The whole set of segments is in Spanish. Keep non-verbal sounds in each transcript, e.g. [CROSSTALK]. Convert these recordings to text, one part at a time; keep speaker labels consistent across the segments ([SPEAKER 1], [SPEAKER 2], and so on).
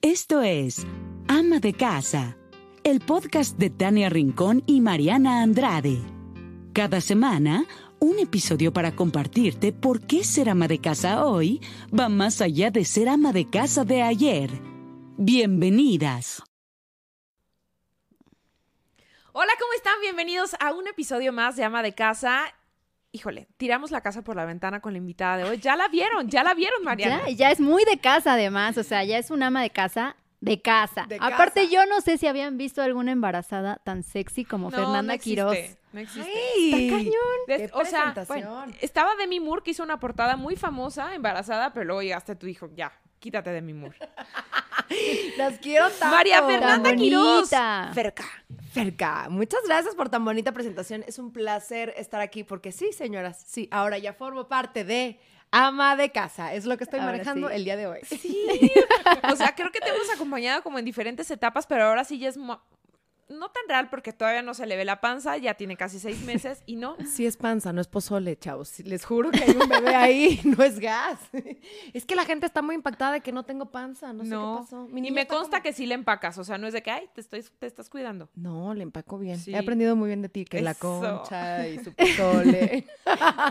[SPEAKER 1] Esto es Ama de Casa, el podcast de Tania Rincón y Mariana Andrade. Cada semana, un episodio para compartirte por qué ser ama de casa hoy va más allá de ser ama de casa de ayer. Bienvenidas.
[SPEAKER 2] Hola, ¿cómo están? Bienvenidos a un episodio más de Ama de Casa. Híjole, tiramos la casa por la ventana con la invitada de hoy. Ya la vieron, ya la
[SPEAKER 3] [LAUGHS]
[SPEAKER 2] vieron, Mariana.
[SPEAKER 4] Ya, ya es muy de casa además, o sea, ya es un ama de casa. De casa.
[SPEAKER 2] De casa.
[SPEAKER 4] Aparte, yo no sé si habían visto alguna embarazada tan sexy como
[SPEAKER 2] No, no
[SPEAKER 4] Fernanda
[SPEAKER 2] existe,
[SPEAKER 4] Quiroz.
[SPEAKER 2] No existe.
[SPEAKER 4] Está cañón.
[SPEAKER 2] Des-
[SPEAKER 3] qué
[SPEAKER 2] o sea,
[SPEAKER 3] presentación.
[SPEAKER 2] bueno, estaba Demi Moore que hizo una portada muy famosa, embarazada, pero luego llegaste a tu hijo. Ya, quítate Demi
[SPEAKER 3] [LAUGHS]
[SPEAKER 2] Moore.
[SPEAKER 3] Las quiero tanto.
[SPEAKER 2] María
[SPEAKER 4] Tan
[SPEAKER 2] Fernanda
[SPEAKER 4] bonita.
[SPEAKER 2] Quiroz.
[SPEAKER 3] Ferca. Ferca, muchas gracias por tan bonita presentación. Es un placer estar aquí porque sí, señoras, sí, ahora ya formo parte de ama de casa. Es lo que estoy
[SPEAKER 4] Ahora
[SPEAKER 3] manejando
[SPEAKER 4] sí.
[SPEAKER 3] el día de hoy.
[SPEAKER 2] O sea, creo que te hemos acompañado como en diferentes etapas, pero ahora sí ya es mo- no tan real porque todavía no se le ve la panza, ya tiene casi seis meses y no.
[SPEAKER 3] Sí es panza, no es pozole, chavos. Sí, Les juro que hay un [LAUGHS] bebé ahí, no es gas. Es que la gente está muy impactada de que no tengo panza, [LAUGHS] no, sé qué pasó. Mi
[SPEAKER 2] y
[SPEAKER 3] niño
[SPEAKER 2] me
[SPEAKER 3] está
[SPEAKER 2] consta
[SPEAKER 3] como-
[SPEAKER 2] que sí le empacas, o sea, no es de que, ay, te, estoy, te estás cuidando.
[SPEAKER 3] No, le empaco bien.
[SPEAKER 2] Sí.
[SPEAKER 3] He aprendido muy bien de ti, que la
[SPEAKER 2] Eso.
[SPEAKER 3] concha y [LAUGHS] su pozole.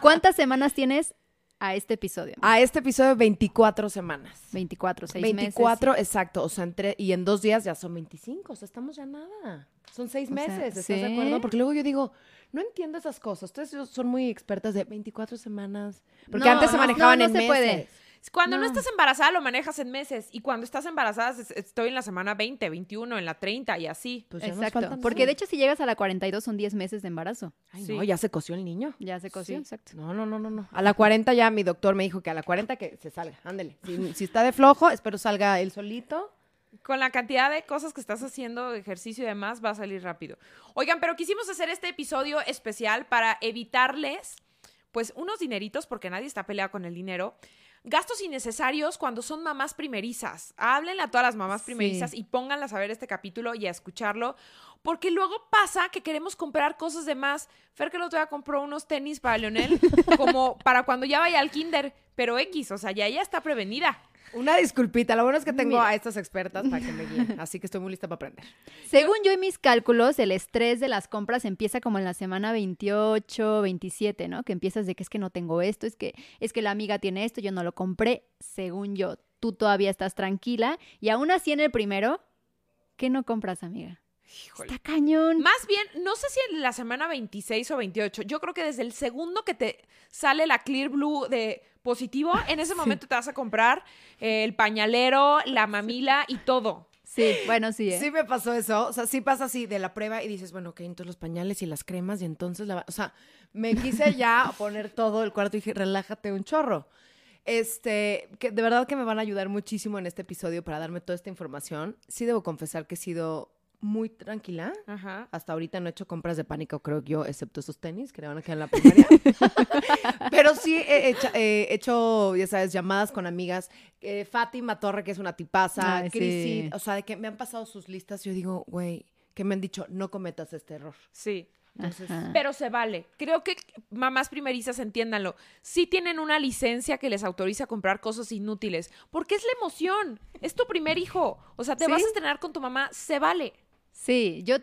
[SPEAKER 4] ¿Cuántas semanas tienes a este episodio?
[SPEAKER 3] A este episodio 24 semanas.
[SPEAKER 4] 24, 6 meses.
[SPEAKER 3] 24, exacto. O sea, entre, y en dos días ya son 25. O sea, estamos ya nada. Son seis
[SPEAKER 4] O sea,
[SPEAKER 3] meses, ¿estás
[SPEAKER 4] sí.
[SPEAKER 3] de acuerdo? Porque luego yo digo, no entiendo esas cosas. Ustedes yo- son muy expertas de 24 semanas. Porque
[SPEAKER 4] No,
[SPEAKER 3] antes se
[SPEAKER 4] no,
[SPEAKER 3] manejaban
[SPEAKER 4] no,
[SPEAKER 3] en
[SPEAKER 4] no se
[SPEAKER 3] meses.
[SPEAKER 4] puede.
[SPEAKER 2] Cuando no.
[SPEAKER 4] No.
[SPEAKER 2] estás embarazada lo manejas en meses y cuando estás embarazada es- estoy en la semana 20, 21, en la 30 y así.
[SPEAKER 3] Pues ya nos
[SPEAKER 4] Exacto.
[SPEAKER 3] faltan
[SPEAKER 4] Porque de
[SPEAKER 3] seis.
[SPEAKER 4] hecho, si llegas a la 42, son 10 meses de embarazo.
[SPEAKER 3] Ay,
[SPEAKER 2] Sí.
[SPEAKER 3] no, ya se coció el niño.
[SPEAKER 4] Ya se coció,
[SPEAKER 3] Sí.
[SPEAKER 4] exacto.
[SPEAKER 3] No, no, no, no, no. A la 40 ya mi doctor me dijo que a la 40 que se salga. Ándele.
[SPEAKER 4] [LAUGHS]
[SPEAKER 3] Si, si está de flojo, espero salga él solito.
[SPEAKER 2] Con la cantidad de cosas que estás haciendo, ejercicio y demás, va a salir rápido. Oigan, pero quisimos hacer este episodio especial para evitarles, pues, unos dineritos, porque nadie está peleado con el dinero. Gastos innecesarios cuando son mamás primerizas. Háblenle a todas las mamás
[SPEAKER 4] Sí.
[SPEAKER 2] primerizas y pónganlas a ver este capítulo y a escucharlo, porque luego pasa que queremos comprar cosas de más. Fer que el otro día compró unos tenis para Leonel, como para cuando ya vaya al kinder, pero X, o sea, ya ella está prevenida.
[SPEAKER 3] Una disculpita. Lo bueno es que tengo
[SPEAKER 4] Mira.
[SPEAKER 3] a estas expertas para que me guíen. Así que estoy muy lista para aprender.
[SPEAKER 4] Según yo y mis cálculos, el estrés de las compras empieza como en la semana 28, 27, ¿no? Que empiezas de que es que no tengo esto, es que es que la amiga tiene esto, yo no lo compré, según yo. Tú todavía estás tranquila y aún así en el primero, ¿qué no compras, amiga?
[SPEAKER 2] Híjole.
[SPEAKER 4] Está cañón.
[SPEAKER 2] Más bien, no sé si en la semana 26 o 28, yo creo que desde el segundo que te sale la Clear Blue de
[SPEAKER 3] [LAUGHS]
[SPEAKER 2] positivo, en ese momento te vas a comprar eh, el pañalero, la mamila y todo.
[SPEAKER 4] Sí, bueno, sí, ¿eh?
[SPEAKER 3] Sí me pasó eso, o sea, sí pasa así de la prueba y dices, bueno, ok, entonces los pañales y las cremas y entonces la... va- O sea, me quise ya [LAUGHS] poner todo el cuarto y dije, relájate un chorro. Este, que de verdad que me van a ayudar muchísimo en este episodio para darme toda esta información. Sí debo confesar que he sido muy tranquila.
[SPEAKER 2] Ajá.
[SPEAKER 3] Hasta ahorita no he hecho compras de pánico, creo yo, excepto esos tenis que le van a quedar en
[SPEAKER 4] [LAUGHS]
[SPEAKER 3] la primaria. Pero sí he hecho, eh, he hecho, ya sabes, llamadas con amigas. Eh, Fátima Torre, que es una tipaza,
[SPEAKER 4] Ay,
[SPEAKER 3] Crisi,
[SPEAKER 4] sí.
[SPEAKER 3] o sea, de que me han pasado sus listas. Yo digo, güey, que me han dicho, no cometas este error.
[SPEAKER 2] Sí.
[SPEAKER 3] Entonces,
[SPEAKER 4] Ajá.
[SPEAKER 2] Pero se vale. Creo que mamás primerizas, entiéndanlo, sí tienen una licencia que les autoriza a comprar cosas inútiles, porque es la emoción. Es tu primer hijo. O sea, te
[SPEAKER 3] Sí.
[SPEAKER 2] vas a estrenar con tu mamá, se vale.
[SPEAKER 4] Sí, yo,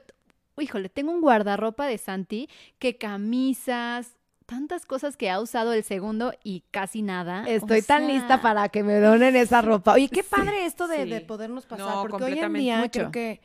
[SPEAKER 4] híjole, tengo un guardarropa de Santi que camisas, tantas cosas que ha usado el segundo y casi nada. o
[SPEAKER 3] Estoy tan
[SPEAKER 4] sea,
[SPEAKER 3] lista para que me donen esa ropa. Oye, qué
[SPEAKER 4] Sí,
[SPEAKER 3] padre esto de,
[SPEAKER 2] sí.
[SPEAKER 3] de podernos pasar,
[SPEAKER 2] No,
[SPEAKER 3] porque hoy en
[SPEAKER 2] completamente.
[SPEAKER 3] día
[SPEAKER 4] Mucho.
[SPEAKER 3] creo que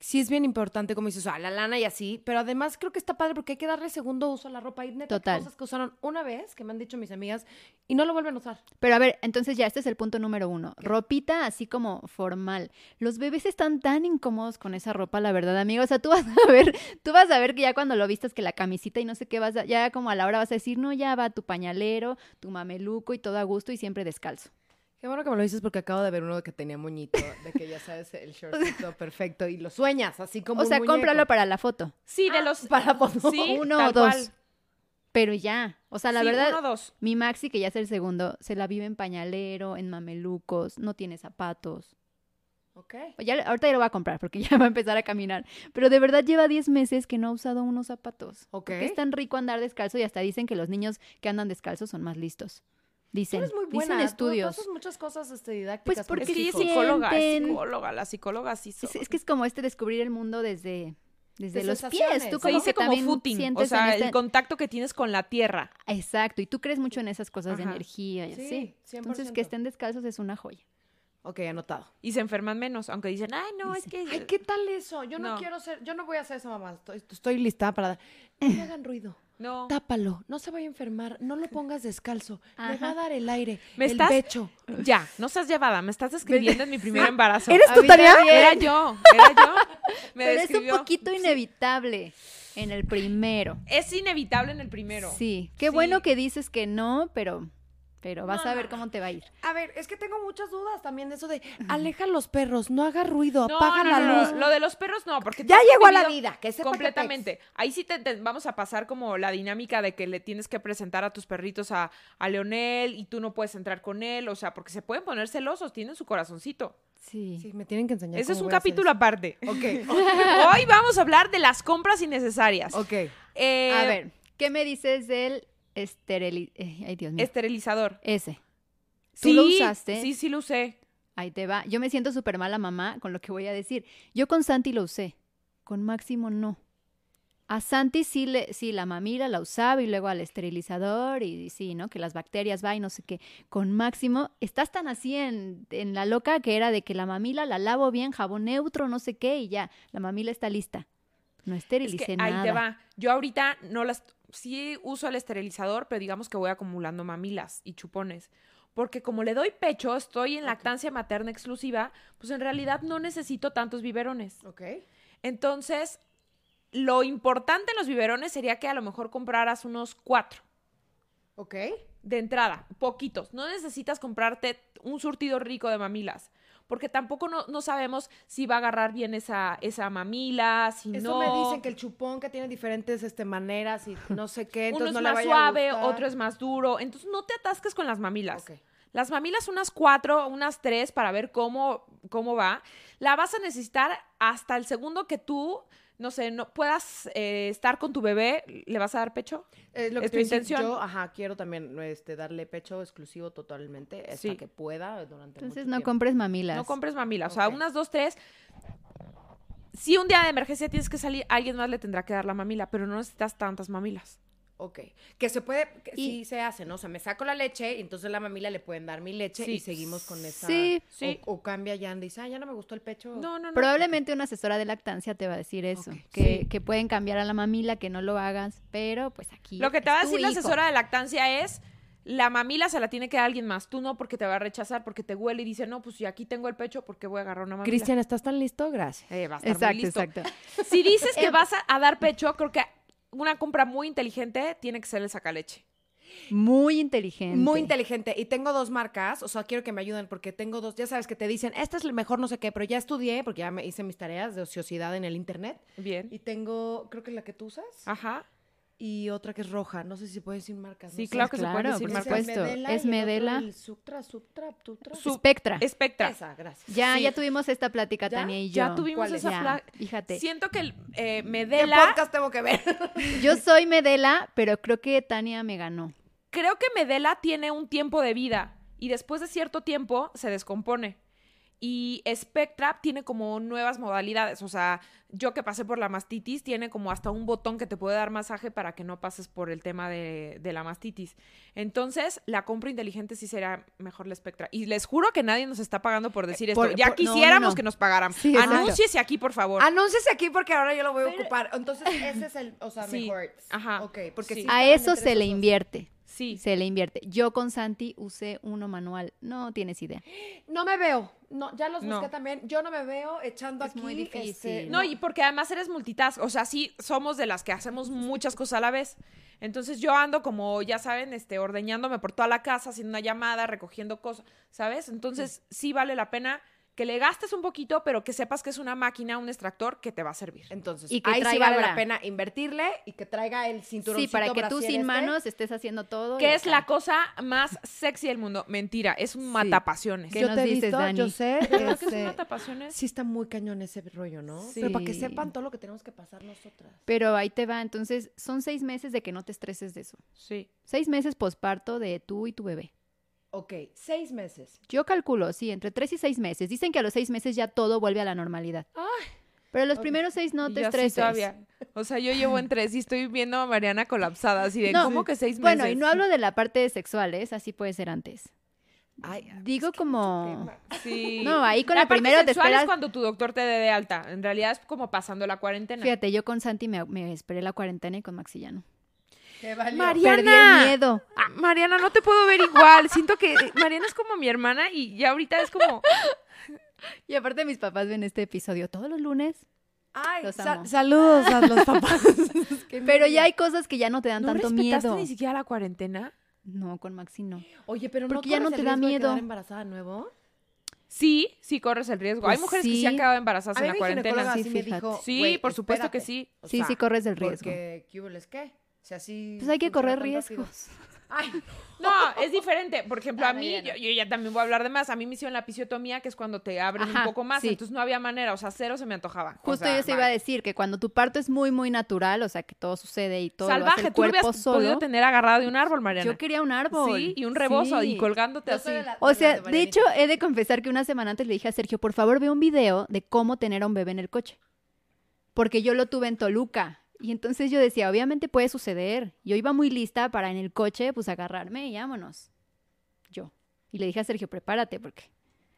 [SPEAKER 3] sí es bien importante, como dices, o sea, la lana y así, pero además creo que está padre porque hay que darle segundo uso a la ropa. Hay neta
[SPEAKER 4] Total.
[SPEAKER 3] cosas que usaron una vez, que me han dicho mis amigas, y no lo vuelven a usar.
[SPEAKER 4] Pero a ver, entonces ya este es el punto número uno. Ropita así como formal. Los bebés están tan incómodos con esa ropa, la verdad, amigo. O sea, tú vas [LAUGHS] a ver, tú vas a ver que ya cuando lo vistas que la camisita y no sé qué vas a, ya como a la hora vas a decir, no, ya va tu pañalero, tu mameluco y todo a gusto y siempre descalzo.
[SPEAKER 3] Qué bueno que me lo dices porque acabo de ver uno que tenía moñito, de que ya sabes, el [LAUGHS] shortcito perfecto, y lo sueñas, así como
[SPEAKER 4] O sea, cómpralo para la foto.
[SPEAKER 2] Sí,
[SPEAKER 3] Ah,
[SPEAKER 2] de los.
[SPEAKER 3] [LAUGHS] para poner-
[SPEAKER 2] sí,
[SPEAKER 4] uno
[SPEAKER 2] tal
[SPEAKER 4] o dos.
[SPEAKER 2] cual.
[SPEAKER 4] Pero ya. O sea, la
[SPEAKER 2] Sí,
[SPEAKER 4] verdad.
[SPEAKER 2] uno o dos.
[SPEAKER 4] Mi Maxi, que ya es el segundo, se la vive en pañalero, en mamelucos, no tiene zapatos.
[SPEAKER 3] Ok.
[SPEAKER 4] Ya, ahorita ya lo va a comprar porque [LAUGHS] ya va a empezar a caminar. Pero de verdad lleva 10 meses que no ha usado unos zapatos.
[SPEAKER 3] Ok.
[SPEAKER 4] Que es tan rico andar descalzo y hasta dicen que los niños que andan descalzos son más listos.
[SPEAKER 3] Tú
[SPEAKER 4] Dicen,
[SPEAKER 3] eres muy buena.
[SPEAKER 4] dicen
[SPEAKER 3] tú
[SPEAKER 4] estudios.
[SPEAKER 3] pasas muchas cosas este,
[SPEAKER 4] Pues
[SPEAKER 3] didácticas. con
[SPEAKER 4] porque
[SPEAKER 2] Es
[SPEAKER 3] tus
[SPEAKER 2] que ella es
[SPEAKER 3] hijos.
[SPEAKER 4] siento-
[SPEAKER 2] psicóloga, es
[SPEAKER 4] sienten-
[SPEAKER 2] psicóloga, las psicólogas sí son.
[SPEAKER 4] Es, es que es como este descubrir el mundo desde, desde
[SPEAKER 3] De
[SPEAKER 4] los pies.
[SPEAKER 3] sensaciones.
[SPEAKER 4] Tú
[SPEAKER 2] se
[SPEAKER 3] Se
[SPEAKER 4] como
[SPEAKER 2] dice
[SPEAKER 4] que
[SPEAKER 2] como
[SPEAKER 4] también
[SPEAKER 2] footing, o
[SPEAKER 4] sientes
[SPEAKER 2] sea,
[SPEAKER 4] en este esta-
[SPEAKER 2] el contacto que tienes con la tierra.
[SPEAKER 4] Exacto, y tú crees mucho en esas cosas de
[SPEAKER 2] Ajá.
[SPEAKER 4] energía y
[SPEAKER 3] Sí,
[SPEAKER 4] así. Entonces,
[SPEAKER 3] 100%.
[SPEAKER 4] que estén descalzos es una joya.
[SPEAKER 3] Ok, anotado.
[SPEAKER 2] Y se enferman menos, aunque dicen, ay, no, es que...
[SPEAKER 3] Ay, ¿qué tal eso? Yo no,
[SPEAKER 2] No.
[SPEAKER 3] quiero ser, yo no voy a hacer eso, mamá. Estoy, estoy lista para... No le hagan ruido.
[SPEAKER 2] No.
[SPEAKER 3] Tápalo, no se vaya a enfermar, no lo pongas descalzo, le va
[SPEAKER 4] Ajá.
[SPEAKER 3] a dar el aire,
[SPEAKER 2] ¿Me
[SPEAKER 3] el
[SPEAKER 2] estás?
[SPEAKER 3] pecho.
[SPEAKER 2] Ya, no seas llevada, me estás describiendo en mi
[SPEAKER 4] [LAUGHS]
[SPEAKER 2] primer embarazo.
[SPEAKER 3] ¿Eres tú, Tania?
[SPEAKER 2] Era yo, era yo. Me
[SPEAKER 4] Pero es
[SPEAKER 2] describió.
[SPEAKER 4] un poquito inevitable en el primero.
[SPEAKER 2] Es inevitable en el primero.
[SPEAKER 4] Sí, qué
[SPEAKER 2] Sí.
[SPEAKER 4] bueno que dices que no, pero, pero vas
[SPEAKER 3] No,
[SPEAKER 4] a
[SPEAKER 3] no,
[SPEAKER 4] ver
[SPEAKER 3] no.
[SPEAKER 4] cómo te va a ir.
[SPEAKER 3] A ver, es que tengo muchas dudas también de eso de aleja a los perros, no haga ruido,
[SPEAKER 2] No,
[SPEAKER 3] apaga
[SPEAKER 2] no,
[SPEAKER 3] la
[SPEAKER 2] no, no,
[SPEAKER 3] luz.
[SPEAKER 2] Lo de los perros no, porque tú
[SPEAKER 3] Ya
[SPEAKER 2] has
[SPEAKER 3] llegó a la
[SPEAKER 2] vivido
[SPEAKER 3] vida, que sepa que te-
[SPEAKER 2] completamente. Ahí sí te, te vamos a pasar como la dinámica de que le tienes que presentar a tus perritos a, a Leonel y tú no puedes entrar con él, o sea, porque se pueden poner celosos, tienen su corazoncito.
[SPEAKER 4] Sí.
[SPEAKER 3] Sí, me tienen que enseñar.
[SPEAKER 2] Ese es
[SPEAKER 3] cómo
[SPEAKER 2] un
[SPEAKER 3] voy a hacer
[SPEAKER 2] capítulo
[SPEAKER 3] [LAUGHS]
[SPEAKER 2] aparte.
[SPEAKER 3] eso.
[SPEAKER 2] [LAUGHS] Hoy vamos a hablar de las compras innecesarias.
[SPEAKER 3] Ok, ok.
[SPEAKER 2] Eh,
[SPEAKER 4] A ver, ¿qué me dices del esterili... eh, ay, Dios mío.
[SPEAKER 2] Esterilizador.
[SPEAKER 4] Ese. ¿Tú lo usaste?
[SPEAKER 2] Sí, sí lo usé.
[SPEAKER 4] Ahí te va. Yo me siento súper mala mamá con lo que voy a decir. Yo con Santi lo usé, con Máximo no. A Santi sí, le, sí la mamila la usaba y luego al esterilizador y, sí, ¿no? Que las bacterias va y no sé qué. Con Máximo estás tan así en, en la loca que era de que la mamila la lavo bien, jabón neutro, no sé qué y ya, la mamila está lista. No
[SPEAKER 2] Es
[SPEAKER 4] esterilicé
[SPEAKER 2] que
[SPEAKER 4] nada.
[SPEAKER 2] ahí te va. Yo ahorita no las... Sí uso el esterilizador, pero digamos que voy acumulando mamilas y chupones. Porque como le doy pecho, estoy en lactancia materna exclusiva, pues en realidad no necesito tantos biberones. Entonces, lo importante en los biberones sería que a lo mejor compraras unos cuatro
[SPEAKER 3] Ok, ok.
[SPEAKER 2] de entrada, poquitos. No necesitas comprarte un surtido rico de mamilas. Porque tampoco no, no sabemos si va a agarrar bien esa, esa mamila, si no.
[SPEAKER 3] Eso me dicen que el chupón que tiene diferentes este, maneras y no sé qué,
[SPEAKER 2] Uno
[SPEAKER 3] entonces
[SPEAKER 2] es
[SPEAKER 3] no le
[SPEAKER 2] más
[SPEAKER 3] vaya a
[SPEAKER 2] suave,
[SPEAKER 3] gustar.
[SPEAKER 2] otro es más duro. Entonces no te atasques con las mamilas.
[SPEAKER 3] Ok.
[SPEAKER 2] Las mamilas unas cuatro, unas tres para ver cómo, cómo va. La vas a necesitar hasta el segundo que tú, no sé, no puedas eh, estar con tu bebé. ¿Le vas a dar pecho?
[SPEAKER 3] Es lo que
[SPEAKER 2] Es
[SPEAKER 3] te
[SPEAKER 2] tu
[SPEAKER 3] iba a decir,
[SPEAKER 2] intención.
[SPEAKER 3] Yo, ajá, quiero también este, darle pecho exclusivo totalmente hasta
[SPEAKER 2] Sí.
[SPEAKER 3] que pueda durante
[SPEAKER 4] Entonces
[SPEAKER 3] mucho
[SPEAKER 4] no
[SPEAKER 3] tiempo.
[SPEAKER 4] compres mamilas.
[SPEAKER 2] No compres mamila, o sea,
[SPEAKER 3] Ok.
[SPEAKER 2] unas dos, tres. Si un día de emergencia tienes que salir, alguien más le tendrá que dar la mamila, pero no necesitas tantas mamilas.
[SPEAKER 3] Ok. Que se puede, que
[SPEAKER 4] Y-
[SPEAKER 3] sí se hace, ¿no? O sea, me saco la leche y entonces la mamila le pueden dar mi leche
[SPEAKER 2] Sí.
[SPEAKER 3] y seguimos con esa.
[SPEAKER 4] Sí.
[SPEAKER 2] Sí.
[SPEAKER 3] O, o cambia ya, dice, ah, ya no me gustó el pecho.
[SPEAKER 2] No, no, no.
[SPEAKER 4] Probablemente una asesora de lactancia te va a decir eso,
[SPEAKER 3] Ok.
[SPEAKER 4] que, que pueden cambiar a la mamila, que no lo hagas, pero pues aquí.
[SPEAKER 2] Lo que te
[SPEAKER 4] es
[SPEAKER 2] va a
[SPEAKER 4] tu
[SPEAKER 2] decir la
[SPEAKER 4] hijo.
[SPEAKER 2] asesora de lactancia es, la mamila se la tiene que dar alguien más, tú no porque te va a rechazar, porque te huele y dice, no, pues si aquí tengo el pecho, ¿por qué voy a agarrar una mamila?
[SPEAKER 3] Cristian, ¿estás tan listo? Gracias.
[SPEAKER 2] Eh, va a estar muy listo.
[SPEAKER 4] Exacto, exacto.
[SPEAKER 2] Si dices que
[SPEAKER 4] Em-
[SPEAKER 2] vas a, a dar pecho, creo que una compra muy inteligente tiene que ser el sacaleche.
[SPEAKER 4] Muy inteligente.
[SPEAKER 3] Muy inteligente. Y tengo dos marcas, o sea, quiero que me ayuden porque tengo dos, ya sabes que te dicen, esta es la mejor no sé qué, pero ya estudié porque ya me hice mis tareas de ociosidad en el internet.
[SPEAKER 2] Bien.
[SPEAKER 3] Y tengo, creo que la que tú usas
[SPEAKER 2] Ajá.
[SPEAKER 3] y otra que es roja, no sé si se puede decir marcas. no
[SPEAKER 2] Sí,
[SPEAKER 3] sé.
[SPEAKER 2] claro que se puede
[SPEAKER 4] Claro,
[SPEAKER 2] decir
[SPEAKER 4] por
[SPEAKER 3] Es el
[SPEAKER 2] marcas.
[SPEAKER 4] supuesto.
[SPEAKER 3] Medela
[SPEAKER 4] Es
[SPEAKER 3] y el otro
[SPEAKER 4] Medela.
[SPEAKER 3] el Suctra, Subtra, Tutra.
[SPEAKER 2] Su-
[SPEAKER 4] Espectra.
[SPEAKER 2] Espectra.
[SPEAKER 3] Esa, gracias.
[SPEAKER 4] ya,
[SPEAKER 2] sí.
[SPEAKER 4] ya tuvimos esta plática,
[SPEAKER 3] ¿Ya?
[SPEAKER 4] Tania y yo.
[SPEAKER 2] Ya tuvimos
[SPEAKER 3] ¿Cuál es?
[SPEAKER 2] esa
[SPEAKER 4] Ya,
[SPEAKER 2] pla-
[SPEAKER 4] Fíjate.
[SPEAKER 2] Siento que el, eh,
[SPEAKER 3] ¿Qué
[SPEAKER 2] Medela,
[SPEAKER 3] podcast tengo que ver?
[SPEAKER 4] [LAUGHS] Yo soy Medela, pero creo que Tania me ganó.
[SPEAKER 2] creo que Medela tiene un tiempo de vida y después de cierto tiempo se descompone. Y Spectra tiene como nuevas modalidades, o sea, yo que pasé por la mastitis tiene como hasta un botón que te puede dar masaje para que no pases por el tema de, de la mastitis. Entonces, la compra inteligente sí será mejor la Spectra. Y les juro que nadie nos está pagando por decir esto.
[SPEAKER 3] Eh, por-
[SPEAKER 2] ya
[SPEAKER 3] por- no, no,
[SPEAKER 2] quisiéramos
[SPEAKER 3] no.
[SPEAKER 2] que nos pagaran.
[SPEAKER 4] Sí, exacto.
[SPEAKER 2] Anúnciese aquí, por favor.
[SPEAKER 3] [LAUGHS] Anúnciese aquí porque ahora yo lo voy a ocupar.
[SPEAKER 4] [LAUGHS]
[SPEAKER 3] Entonces, ese es el, o sea,
[SPEAKER 2] Sí,
[SPEAKER 3] mejor.
[SPEAKER 2] ajá,
[SPEAKER 3] Ok, porque
[SPEAKER 2] sí.
[SPEAKER 3] sí
[SPEAKER 4] A
[SPEAKER 3] estaban
[SPEAKER 4] eso
[SPEAKER 3] entre
[SPEAKER 4] se le
[SPEAKER 3] esos dos.
[SPEAKER 4] invierte.
[SPEAKER 2] sí.
[SPEAKER 4] Se le invierte. Yo con Santi usé uno manual. No tienes idea.
[SPEAKER 3] No me veo. No, ya los
[SPEAKER 2] No.
[SPEAKER 3] busqué también. Yo no me veo echando
[SPEAKER 4] Es
[SPEAKER 3] aquí.
[SPEAKER 4] muy difícil.
[SPEAKER 3] este,
[SPEAKER 2] No, y porque además eres multitask. O sea, sí, somos de las que hacemos muchas cosas a la vez. Entonces yo ando como, ya saben, este, ordeñándome por toda la casa, haciendo una llamada, recogiendo cosas, ¿sabes? Entonces sí vale la pena que le gastes un poquito, pero que sepas que es una máquina, un extractor que te va a servir.
[SPEAKER 3] Entonces,
[SPEAKER 4] Y que
[SPEAKER 3] ahí sí
[SPEAKER 4] traiga
[SPEAKER 3] vale la
[SPEAKER 4] bra.
[SPEAKER 3] pena invertirle y que traiga el este. cinturón.
[SPEAKER 4] Sí, para que tú sin manos estés haciendo todo. y
[SPEAKER 2] este. Que es
[SPEAKER 4] acá.
[SPEAKER 2] la cosa más sexy del mundo. Mentira, es un matapasiones.
[SPEAKER 4] ¿Qué Yo este, nos te he dices, visto, Dani? yo
[SPEAKER 3] sé.
[SPEAKER 2] ¿Verdad que es un matapasiones?
[SPEAKER 3] Sí está muy cañón ese rollo, ¿no?
[SPEAKER 4] Sí.
[SPEAKER 3] Pero para que sepan todo lo que tenemos que pasar nosotras.
[SPEAKER 4] Pero ahí te va. Entonces, son seis meses de que no te estreses de eso.
[SPEAKER 2] Sí.
[SPEAKER 4] Seis meses posparto de tú y tu bebé.
[SPEAKER 3] Ok, seis meses.
[SPEAKER 4] Yo calculo, sí, entre tres y seis meses. Dicen que a los seis meses ya todo vuelve a la normalidad. Pero los primeros seis no
[SPEAKER 2] Y
[SPEAKER 4] te
[SPEAKER 2] yo así
[SPEAKER 4] estreses.
[SPEAKER 2] todavía. O sea, yo llevo en tres y estoy viendo a Mariana colapsada, así de,
[SPEAKER 4] No,
[SPEAKER 2] ¿cómo que seis meses?
[SPEAKER 4] Bueno, y no hablo de la parte sexual, ¿eh? Esa sí puede ser antes.
[SPEAKER 3] Ay,
[SPEAKER 2] pues,
[SPEAKER 4] Digo como...
[SPEAKER 2] Sí.
[SPEAKER 4] No, ahí con
[SPEAKER 2] la
[SPEAKER 4] el
[SPEAKER 2] parte
[SPEAKER 4] primero te
[SPEAKER 2] sexual
[SPEAKER 4] esperas-
[SPEAKER 2] es cuando tu doctor te dé de alta. En realidad es como pasando la cuarentena.
[SPEAKER 4] Fíjate, yo con Santi me, me esperé la cuarentena y con Maxi ya no.
[SPEAKER 3] qué valió.
[SPEAKER 2] Mariana.
[SPEAKER 4] Perdí el miedo.
[SPEAKER 2] Ah, Mariana, no te puedo ver igual. Siento que eh, Mariana es como mi hermana y ya ahorita es como...
[SPEAKER 4] Y aparte mis papás ven este episodio todos los lunes.
[SPEAKER 3] Ay,
[SPEAKER 4] Los
[SPEAKER 3] sa-
[SPEAKER 4] amo.
[SPEAKER 3] saludos a
[SPEAKER 4] [LAUGHS]
[SPEAKER 3] los papás.
[SPEAKER 4] Pero ya hay cosas que ya no te dan
[SPEAKER 2] ¿No
[SPEAKER 4] tanto
[SPEAKER 2] respetaste
[SPEAKER 4] miedo.
[SPEAKER 2] ni siquiera la cuarentena?
[SPEAKER 4] No, con Maxi no.
[SPEAKER 3] Oye, pero
[SPEAKER 4] Porque ya no
[SPEAKER 3] corres
[SPEAKER 4] te
[SPEAKER 3] el
[SPEAKER 4] da
[SPEAKER 3] riesgo de
[SPEAKER 4] miedo.
[SPEAKER 3] quedar embarazada de nuevo?
[SPEAKER 2] Sí, sí corres el riesgo.
[SPEAKER 4] Pues
[SPEAKER 2] Hay mujeres que
[SPEAKER 4] sí.
[SPEAKER 2] se han quedado embarazadas en la cuarentena.
[SPEAKER 4] ginecóloga-
[SPEAKER 3] Sí,
[SPEAKER 4] Sí, fíjate.
[SPEAKER 2] Sí, por supuesto que sí. [LAUGHS]
[SPEAKER 4] Sí, sí corres el riesgo.
[SPEAKER 3] Porque, ¿qué hubo les qué? O sea, sí
[SPEAKER 4] Pues hay que
[SPEAKER 3] funciona
[SPEAKER 4] correr
[SPEAKER 3] tan rápido.
[SPEAKER 4] riesgos. [LAUGHS]
[SPEAKER 3] Ay,
[SPEAKER 2] No, es diferente. Por ejemplo,
[SPEAKER 3] Ah,
[SPEAKER 2] a mí, yo,
[SPEAKER 3] Mariana.
[SPEAKER 2] yo ya también voy a hablar de más. A mí me hicieron la pisiotomía, que es cuando te abren un
[SPEAKER 4] Ajá,
[SPEAKER 2] poco más.
[SPEAKER 4] sí.
[SPEAKER 2] Entonces no había manera. O sea, cero se me antojaba. O
[SPEAKER 4] Justo
[SPEAKER 2] sea,
[SPEAKER 4] yo se iba a
[SPEAKER 2] mal.
[SPEAKER 4] decir que cuando tu parto es muy, muy natural, o sea, que todo sucede y todo lo hace
[SPEAKER 2] Salvaje,
[SPEAKER 4] el
[SPEAKER 2] tú lo
[SPEAKER 4] cuerpo
[SPEAKER 2] hubieras podido
[SPEAKER 4] solo.
[SPEAKER 2] tener agarrado de un árbol, Mariana.
[SPEAKER 4] Yo quería un árbol.
[SPEAKER 2] Sí, y un rebozo
[SPEAKER 4] Sí.
[SPEAKER 2] y colgándote
[SPEAKER 3] [LAUGHS] yo
[SPEAKER 2] así.
[SPEAKER 3] soy de la-
[SPEAKER 4] O
[SPEAKER 3] de
[SPEAKER 4] sea,
[SPEAKER 3] las
[SPEAKER 4] de hecho,
[SPEAKER 3] Marianita.
[SPEAKER 4] he de confesar que una semana antes le dije a Sergio, por favor, ve un video de cómo tener a un bebé en el coche. Porque yo lo tuve en Toluca. Y entonces yo decía, obviamente puede suceder. Yo iba muy lista para en el coche, pues agarrarme y vámonos. Yo. Y le dije a Sergio, prepárate, porque.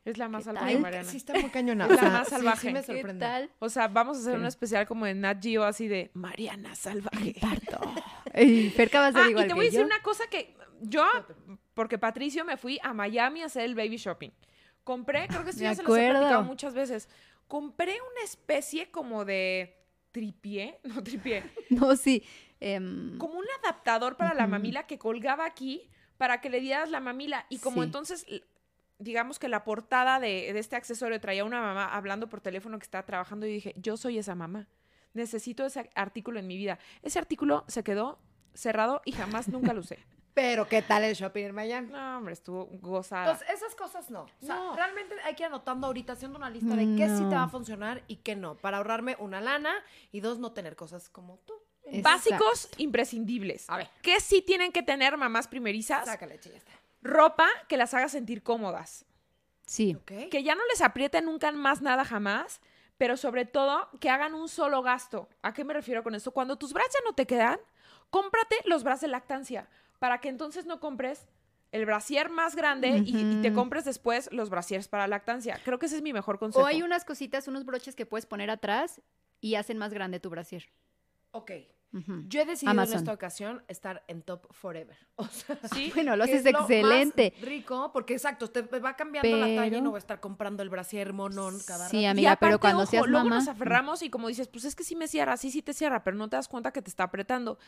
[SPEAKER 2] Es la más
[SPEAKER 4] ¿Qué
[SPEAKER 2] salvaje,
[SPEAKER 4] tal?
[SPEAKER 2] Mariana.
[SPEAKER 3] Sí, está muy cañona.
[SPEAKER 2] Es la
[SPEAKER 3] o sea,
[SPEAKER 2] más
[SPEAKER 3] sí, Sí,
[SPEAKER 2] salvaje.
[SPEAKER 3] me
[SPEAKER 2] ¿Qué
[SPEAKER 3] sorprende.
[SPEAKER 2] O sea, vamos a hacer
[SPEAKER 4] Sí.
[SPEAKER 2] un especial como de Nat Geo así de Mariana salvaje.
[SPEAKER 4] Parto. [LAUGHS] Y Ferca va a ser
[SPEAKER 2] Ah, y
[SPEAKER 4] igual
[SPEAKER 2] te
[SPEAKER 4] que
[SPEAKER 2] voy a decir
[SPEAKER 4] yo.
[SPEAKER 2] una cosa que yo, porque Patricio me fui a Miami a hacer el baby shopping. Compré, creo que esto
[SPEAKER 4] Me
[SPEAKER 2] ya se los he platicado
[SPEAKER 4] acuerdo.
[SPEAKER 2] muchas veces. Compré una especie como de tripié, [LAUGHS] no tripié,
[SPEAKER 4] [LAUGHS] No, sí. em,
[SPEAKER 2] como un adaptador para la
[SPEAKER 4] Ujú.
[SPEAKER 2] mamila que colgaba aquí para que le dieras la mamila. Y como
[SPEAKER 4] Sí.
[SPEAKER 2] entonces, l- digamos que la portada de, de este accesorio traía una mamá hablando por teléfono que estaba trabajando y dije, yo soy esa mamá. Necesito ese artículo en mi vida. Ese artículo se quedó cerrado y jamás nunca lo usé.
[SPEAKER 3] Pero, ¿qué tal el shopping en Miami?
[SPEAKER 2] No, hombre, estuvo gozada.
[SPEAKER 3] Entonces, esas cosas Ah. no. O sea,
[SPEAKER 2] No.
[SPEAKER 3] realmente hay que ir anotando ahorita, haciendo una lista de qué sí te
[SPEAKER 4] No.
[SPEAKER 3] va a funcionar y qué no. Para ahorrarme una lana y dos, no tener cosas como tú.
[SPEAKER 4] es-
[SPEAKER 2] Básicos imprescindibles.
[SPEAKER 3] A ver.
[SPEAKER 2] ¿Qué sí tienen que tener mamás primerizas?
[SPEAKER 3] Sácale, che, ya está.
[SPEAKER 2] Ropa que las haga sentir cómodas.
[SPEAKER 4] Sí.
[SPEAKER 3] ¿Ok?
[SPEAKER 2] Que ya no les apriete nunca más nada jamás, pero sobre todo que hagan un solo gasto. ¿A qué me refiero con esto? Cuando tus bras ya no te quedan, cómprate los bras de lactancia para que entonces no compres el brasier más grande y- y, te
[SPEAKER 4] Ujú.
[SPEAKER 2] compres después los brasiers para lactancia. Creo que ese es mi mejor consejo.
[SPEAKER 4] O hay unas cositas, unos broches que puedes poner atrás y hacen más grande tu brasier.
[SPEAKER 3] Ok.
[SPEAKER 4] Ujú.
[SPEAKER 3] Yo he decidido en
[SPEAKER 4] Amazon.
[SPEAKER 3] esta ocasión estar en top forever. [LAUGHS] O sea,
[SPEAKER 2] Sí.
[SPEAKER 4] Bueno, lo
[SPEAKER 3] que
[SPEAKER 4] haces
[SPEAKER 3] es más
[SPEAKER 4] excelente.
[SPEAKER 3] rico, porque exacto, te va cambiando la talla y
[SPEAKER 4] Pero-
[SPEAKER 3] no voy a estar comprando el brasier monón cada
[SPEAKER 4] Sí,
[SPEAKER 3] rato.
[SPEAKER 4] amiga,
[SPEAKER 2] Y aparte,
[SPEAKER 4] pero cuando
[SPEAKER 2] ojo,
[SPEAKER 4] seas
[SPEAKER 2] luego
[SPEAKER 4] mamá.
[SPEAKER 2] nos aferramos y como dices, pues es que sí me cierra, sí, sí te cierra, pero no te das cuenta que te está apretando.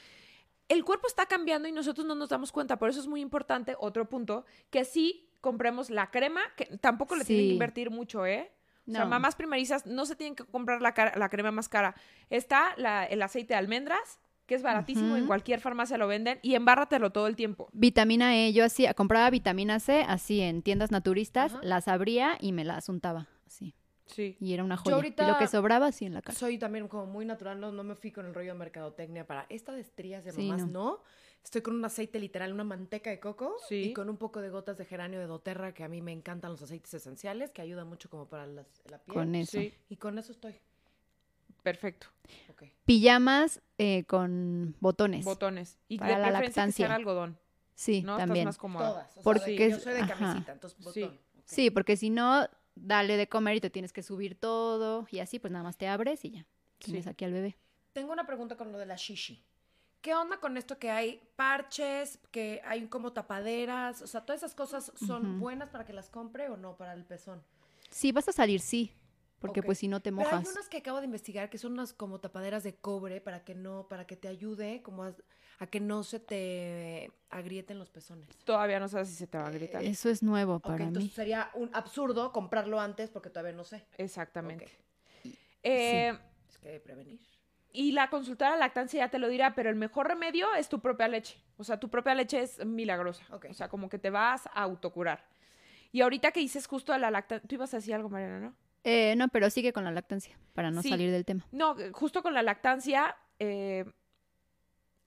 [SPEAKER 2] El cuerpo está cambiando y nosotros no nos damos cuenta, por eso es muy importante, otro punto, que sí compremos la crema, que tampoco le tienen que
[SPEAKER 4] Sí.
[SPEAKER 2] invertir mucho, ¿eh? O sea,
[SPEAKER 4] No.
[SPEAKER 2] mamás primerizas no se tienen que comprar la, cara- la crema más cara. Está la- el aceite de almendras, que es baratísimo, en
[SPEAKER 4] Ujú.
[SPEAKER 2] cualquier farmacia lo venden, y embárratelo todo el tiempo.
[SPEAKER 4] Vitamina E, yo así compraba vitamina C así en tiendas naturistas,
[SPEAKER 3] Ajá.
[SPEAKER 4] las abría y me las untaba así.
[SPEAKER 2] Sí.
[SPEAKER 4] Y era una joya.
[SPEAKER 3] ahorita-
[SPEAKER 4] Y lo que sobraba así en la casa.
[SPEAKER 3] Soy también como muy natural, no, no me fui con el rollo de mercadotecnia para esta de estrías de
[SPEAKER 4] Sí,
[SPEAKER 3] mamás, no.
[SPEAKER 4] no.
[SPEAKER 3] Estoy con un aceite literal, una manteca de coco
[SPEAKER 2] Sí.
[SPEAKER 3] y con un poco de gotas de geranio de doterra, que a mí me encantan los aceites esenciales, que ayuda mucho como para las- la piel.
[SPEAKER 4] Con e- eso.
[SPEAKER 2] Sí,
[SPEAKER 3] Y con eso estoy.
[SPEAKER 2] perfecto.
[SPEAKER 3] Ok.
[SPEAKER 4] Pijamas eh, con botones.
[SPEAKER 2] Botones. Y
[SPEAKER 4] Para
[SPEAKER 2] de
[SPEAKER 4] la
[SPEAKER 2] preferencia que sean
[SPEAKER 4] lactancia.
[SPEAKER 2] algodón,
[SPEAKER 4] sí,
[SPEAKER 2] ¿no? Estás
[SPEAKER 4] también.
[SPEAKER 2] más cómoda.
[SPEAKER 3] Todas. o sea,
[SPEAKER 4] Porque
[SPEAKER 3] de- yo
[SPEAKER 4] es-
[SPEAKER 3] soy de
[SPEAKER 4] ajá.
[SPEAKER 3] camisita, entonces botón.
[SPEAKER 2] Sí.
[SPEAKER 3] ok.
[SPEAKER 4] Sí, porque si no, dale de comer y te tienes que subir todo y así, pues nada más te abres y ya. Tienes
[SPEAKER 2] Sí.
[SPEAKER 4] aquí al bebé.
[SPEAKER 3] Tengo una pregunta con lo de la shishi. ¿Qué onda con esto que hay parches, que hay como tapaderas? O sea, todas esas cosas son
[SPEAKER 4] Ujú.
[SPEAKER 3] buenas para que las compre o no para el pezón.
[SPEAKER 4] Sí, vas a salir, sí. Porque
[SPEAKER 3] Ok.
[SPEAKER 4] pues si no te
[SPEAKER 3] Pero hay
[SPEAKER 4] mojas.
[SPEAKER 3] unas que acabo de investigar que son unas como tapaderas de cobre para que no, para que te ayude como a, a que no se te agrieten los pezones.
[SPEAKER 2] Todavía no sabes si se te va a gritar.
[SPEAKER 4] Eso es nuevo
[SPEAKER 3] Ok,
[SPEAKER 4] para
[SPEAKER 3] entonces
[SPEAKER 4] mí.
[SPEAKER 3] sería un absurdo comprarlo antes porque todavía no sé.
[SPEAKER 2] Exactamente.
[SPEAKER 3] Ok,
[SPEAKER 2] Eh,
[SPEAKER 3] Es que prevenir.
[SPEAKER 2] Y la consultora de lactancia ya te lo dirá, pero el mejor remedio es tu propia leche. O sea, tu propia leche es milagrosa.
[SPEAKER 3] Ok.
[SPEAKER 2] O sea, como que te vas a autocurar. Y ahorita que dices justo de la lactancia, tú ibas a decir algo, Mariana, ¿no?
[SPEAKER 4] Eh, no, pero sigue con la lactancia para no
[SPEAKER 2] Sí.
[SPEAKER 4] salir del tema.
[SPEAKER 2] No, eh, justo con la lactancia eh,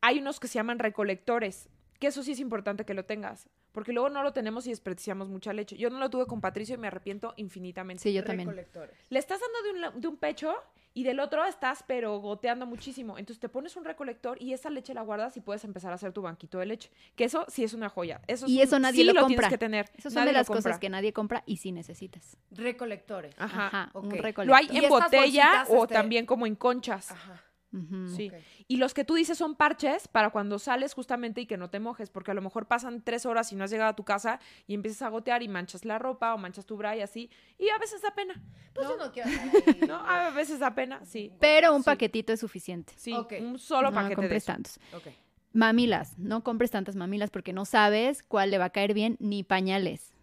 [SPEAKER 2] hay unos que se llaman recolectores, que eso sí es importante que lo tengas. Porque luego no lo tenemos y desperdiciamos mucha leche. Yo no lo tuve con Patricio y me arrepiento infinitamente.
[SPEAKER 4] Sí, yo también.
[SPEAKER 3] Recolectores.
[SPEAKER 2] Le estás dando de un, la- de un pecho y del otro estás pero goteando muchísimo. Entonces te pones un recolector y esa leche la guardas y puedes empezar a hacer tu banquito de leche. Que eso sí es una joya. Eso es
[SPEAKER 4] Y
[SPEAKER 2] un-
[SPEAKER 4] eso nadie
[SPEAKER 2] sí
[SPEAKER 4] lo
[SPEAKER 2] tienes
[SPEAKER 4] compra.
[SPEAKER 2] que tener.
[SPEAKER 4] Esas son
[SPEAKER 2] Nadie
[SPEAKER 4] de
[SPEAKER 2] lo
[SPEAKER 4] las cosas
[SPEAKER 2] compra.
[SPEAKER 4] que nadie compra y sí necesitas.
[SPEAKER 3] Recolectores.
[SPEAKER 2] Ajá.
[SPEAKER 4] Ajá, un
[SPEAKER 3] ok.
[SPEAKER 4] recolector.
[SPEAKER 2] Lo hay
[SPEAKER 3] Y
[SPEAKER 2] en
[SPEAKER 3] estas
[SPEAKER 2] botella
[SPEAKER 3] bolsitas,
[SPEAKER 2] o
[SPEAKER 3] este- ah.
[SPEAKER 2] también como en conchas.
[SPEAKER 3] Ajá.
[SPEAKER 4] Ujú.
[SPEAKER 2] Sí.
[SPEAKER 3] ok.
[SPEAKER 2] Y los que tú dices son parches para cuando sales justamente y que no te mojes, porque a lo mejor pasan tres horas y no has llegado a tu casa y empiezas a gotear y manchas la ropa o manchas tu bra y así. Y a veces da pena.
[SPEAKER 3] Pues
[SPEAKER 2] No.
[SPEAKER 3] yo no
[SPEAKER 4] [LAUGHS]
[SPEAKER 3] quiero estar ahí.
[SPEAKER 2] No, a veces da pena, sí.
[SPEAKER 4] Pero un
[SPEAKER 2] Sí.
[SPEAKER 4] paquetito es suficiente.
[SPEAKER 2] Sí,
[SPEAKER 3] Ok.
[SPEAKER 2] un solo
[SPEAKER 4] no
[SPEAKER 2] paquete de
[SPEAKER 4] compres
[SPEAKER 2] eso.
[SPEAKER 4] tantos.
[SPEAKER 3] Ok.
[SPEAKER 4] Mamilas, no compres tantas mamilas porque no sabes cuál le va a caer bien ni pañales.